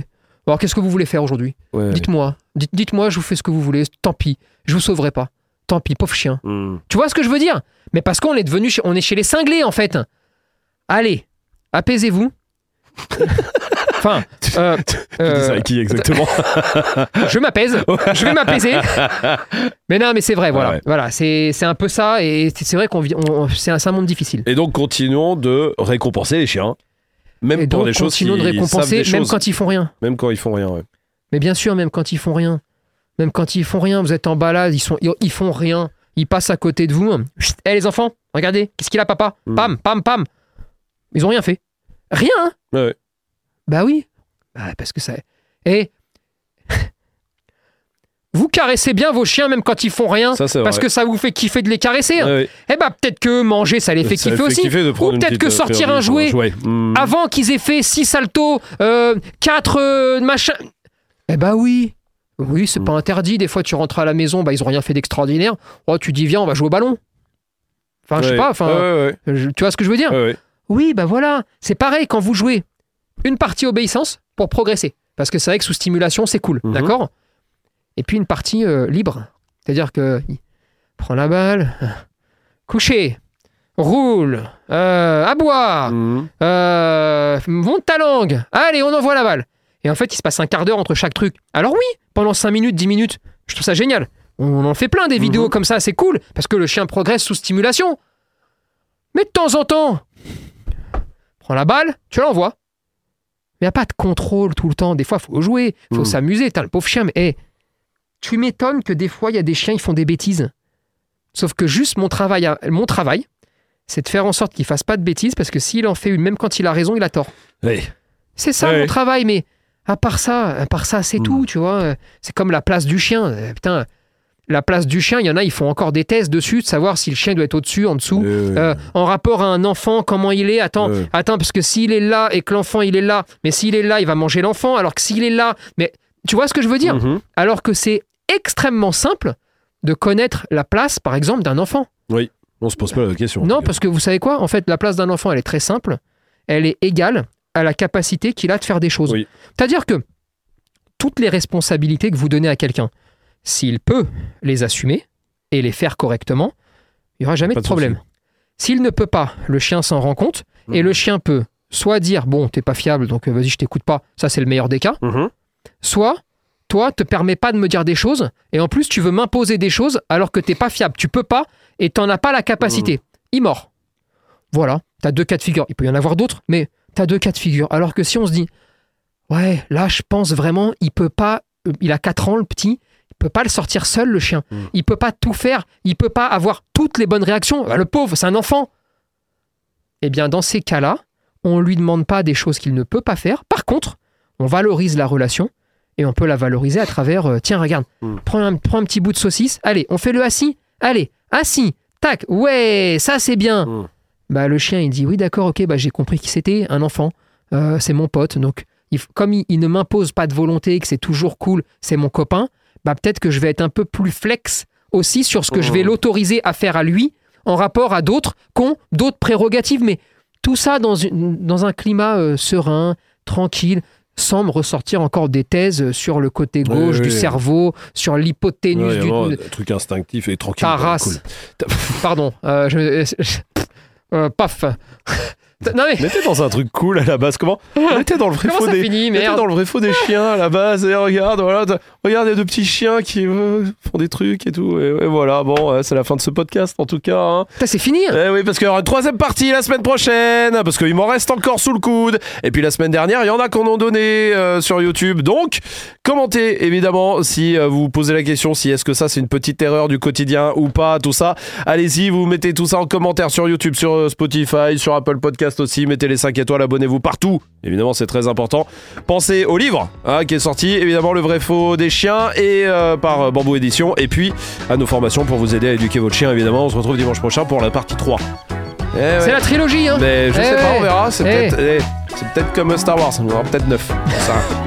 Speaker 2: Alors, qu'est-ce que vous voulez faire aujourd'hui
Speaker 1: ouais, ouais.
Speaker 2: Dites-moi, Dites- dites-moi, je vous fais ce que vous voulez, tant pis, je vous sauverai pas. Tant pis, pauvre chien.
Speaker 1: Hmm.
Speaker 2: Tu vois ce que je veux dire Mais parce qu'on est devenu, chez- on est chez les cinglés, en fait. Allez, apaisez-vous. enfin, euh,
Speaker 1: Tu dis ça
Speaker 2: euh,
Speaker 1: à qui exactement
Speaker 2: je m'apaise, je vais m'apaiser. mais non, mais c'est vrai, voilà.
Speaker 1: ouais.
Speaker 2: Voilà, c'est c'est un peu ça, et c'est c'est vrai qu'on vit, on- c'est un, c'est un monde difficile.
Speaker 1: Et donc, continuons de récompenser les chiens. Même
Speaker 2: et
Speaker 1: pour
Speaker 2: donc,
Speaker 1: des choses qui
Speaker 2: continuons de récompenser,
Speaker 1: savent des
Speaker 2: même
Speaker 1: choses,
Speaker 2: quand ils font rien.
Speaker 1: même quand ils font rien. ouais.
Speaker 2: Mais bien sûr, même quand ils font rien, même quand ils font rien, vous êtes en balade, ils, sont, ils, ils font rien, ils passent à côté Eh, de vous. Chut, Hé les enfants, regardez, qu'est-ce qu'il a papa
Speaker 1: Mm.
Speaker 2: Pam, pam, pam. Ils ont rien fait. Rien hein
Speaker 1: Ouais, ouais.
Speaker 2: Bah oui. Bah, parce que ça. Et. vous caressez bien vos chiens même quand ils font rien
Speaker 1: Ça, c'est vrai.
Speaker 2: parce que ça vous fait kiffer de les caresser. hein.
Speaker 1: Ouais, ouais.
Speaker 2: Eh bah peut-être que manger ça les fait
Speaker 1: Ça
Speaker 2: kiffer
Speaker 1: fait
Speaker 2: aussi.
Speaker 1: kiffer de prendre une
Speaker 2: peut-être
Speaker 1: petite,
Speaker 2: que
Speaker 1: euh,
Speaker 2: sortir
Speaker 1: perdu
Speaker 2: un
Speaker 1: pour
Speaker 2: jouet
Speaker 1: Hmm.
Speaker 2: Avant qu'ils aient fait 6 saltos, euh, 4 machins. Eh bah oui. Oui, c'est
Speaker 1: Mm.
Speaker 2: pas interdit. Des fois, tu rentres à la maison, bah, ils ont rien fait d'extraordinaire. Oh, tu dis, viens, on va jouer au ballon. Enfin, je sais
Speaker 1: Ouais.
Speaker 2: pas. Enfin,
Speaker 1: Ouais, ouais,
Speaker 2: je- tu vois ce que je veux dire
Speaker 1: ouais, ouais.
Speaker 2: oui, bah voilà, c'est pareil quand vous jouez une partie obéissance pour progresser. Parce que c'est vrai que sous stimulation, c'est cool,
Speaker 1: Mhm.
Speaker 2: d'accord Et puis une partie euh, libre. C'est-à-dire que il prend la balle, euh, couché, roule, euh, aboie,
Speaker 1: Hmm.
Speaker 2: euh, monte ta langue, allez, on envoie la balle. Et en fait, il se passe un quart d'heure entre chaque truc. Alors oui, pendant 5 minutes, 10 minutes, je trouve ça génial. On en fait plein des vidéos
Speaker 1: Mhm.
Speaker 2: comme ça, c'est cool, parce que le chien progresse sous stimulation. Mais de temps en temps, prends la balle, tu l'envoies. Mais il n'y a pas de contrôle tout le temps. Des fois, faut jouer, faut
Speaker 1: Mhm.
Speaker 2: s'amuser. T'as le pauvre chien, mais hey, tu m'étonnes que des fois, il y a des chiens, ils font des bêtises. Sauf que juste mon travail, à- mon travail c'est de faire en sorte qu'il fasse pas de bêtises, parce que s'il en fait une, même quand il a raison, il a tort.
Speaker 1: Ouais.
Speaker 2: C'est ça
Speaker 1: Ouais.
Speaker 2: mon travail, mais à part ça, à part ça, c'est
Speaker 1: Mm.
Speaker 2: tout, tu vois. Euh, C'est comme la place du chien. Euh, Putain, la place du chien, il y en a, ils font encore des tests dessus, de savoir si le chien doit être au-dessus, en dessous.
Speaker 1: Euh,
Speaker 2: Euh, en rapport à un enfant, comment il est Attends,
Speaker 1: Ouais.
Speaker 2: attends, parce que s'il est là et que l'enfant il est là, mais s'il est là, il va manger l'enfant, alors que s'il est là, mais tu vois ce que je veux dire
Speaker 1: mhm.
Speaker 2: Alors que c'est extrêmement simple de connaître la place, par exemple, d'un enfant.
Speaker 1: On se pose pas la question.
Speaker 2: Non, parce que vous savez quoi En fait, la place d'un enfant, elle est très simple. Elle est égale à la capacité qu'il a de faire des choses.
Speaker 1: Oui.
Speaker 2: C'est-à-dire que toutes les responsabilités que vous donnez à quelqu'un, s'il peut les assumer et les faire correctement, il n'y aura jamais
Speaker 1: Pas
Speaker 2: de,
Speaker 1: de
Speaker 2: problème. S'il ne peut pas, le chien s'en rend compte et
Speaker 1: Mhm.
Speaker 2: le chien peut soit dire bon, t'es pas fiable, donc euh, vas-y, je t'écoute pas. Ça, c'est le meilleur des cas.
Speaker 1: Mhm.
Speaker 2: Soit toi, te permets pas de me dire des choses et en plus, tu veux m'imposer des choses alors que t'es pas fiable, tu peux pas et t'en as pas la capacité. Il mord. Voilà, t'as deux cas de figure. Il peut y en avoir d'autres, mais t'as deux cas de figure. Alors que si on se dit ouais, là, je pense vraiment, il peut pas, euh, il a 4 ans le petit. Il peut pas le sortir seul le chien.
Speaker 1: Mm.
Speaker 2: Il peut pas tout faire. Il peut pas avoir toutes les bonnes réactions. Bah, le pauvre, c'est un enfant. Eh bien, dans ces cas-là, on lui demande pas des choses qu'il ne peut pas faire. Par contre, on valorise la relation et on peut la valoriser à travers euh, tiens regarde
Speaker 1: Mm.
Speaker 2: prends, un, prends un petit bout de saucisse allez on fait le assis allez assis tac ouais ça c'est bien
Speaker 1: Mm.
Speaker 2: bah le chien il dit oui d'accord ok bah j'ai compris qui c'était un enfant Euh, c'est mon pote donc il f- comme il, il ne m'impose pas de volonté que c'est toujours cool c'est mon copain bah peut-être que je vais être un peu plus flex aussi sur ce que je vais
Speaker 1: Mm.
Speaker 2: l'autoriser à faire à lui en rapport à d'autres qui ont d'autres prérogatives mais tout ça dans, une- dans un climat euh, serein, tranquille, sans me ressortir encore des thèses euh, sur le côté
Speaker 1: Ouais,
Speaker 2: gauche
Speaker 1: ouais,
Speaker 2: du
Speaker 1: ouais.
Speaker 2: cerveau, sur l'hypoténuse
Speaker 1: Ouais,
Speaker 2: du...
Speaker 1: vraiment, un truc instinctif et tranquille.
Speaker 2: Ta
Speaker 1: quoi,
Speaker 2: race.
Speaker 1: cool.
Speaker 2: Pardon, euh, je- je- euh, paf. non mais,
Speaker 1: On était dans un truc cool à la base. Comment On était dans le vrai
Speaker 2: comment
Speaker 1: faux
Speaker 2: ça
Speaker 1: des.
Speaker 2: finit,
Speaker 1: on était
Speaker 2: merde
Speaker 1: dans le vrai faux des chiens à la base. Et regarde, voilà, t'as- regarde, il y a deux petits chiens qui euh, font des trucs et tout. Et, et voilà, bon, ouais, c'est la fin de ce podcast en tout cas. hein.
Speaker 2: Putain, c'est fini
Speaker 1: Eh oui, parce qu'il y aura une troisième partie la semaine prochaine, parce qu'il m'en reste encore sous le coude. Et puis la semaine dernière, il y en a qu'on a donné euh, sur YouTube. Donc, commentez évidemment si euh, vous vous posez la question, si est-ce que ça c'est une petite erreur du quotidien ou pas, tout ça. Allez-y, vous mettez tout ça en commentaire sur YouTube, sur euh, Spotify, sur Apple Podcast aussi. Mettez les 5 étoiles, abonnez-vous partout. Évidemment, c'est très important. Pensez au livre hein, qui est sorti, évidemment, Le vrai faux des chiens, et euh, par euh, Bamboo Édition. Et puis, à nos formations pour vous aider à éduquer votre chien, évidemment. On se retrouve dimanche prochain pour la partie 3. Eh ouais.
Speaker 2: C'est la trilogie, hein
Speaker 1: Mais je
Speaker 2: Eh
Speaker 1: sais pas,
Speaker 2: ouais.
Speaker 1: on verra. C'est
Speaker 2: Eh.
Speaker 1: peut-être eh, c'est peut-être comme Star Wars, on aura peut-être 9. Ça.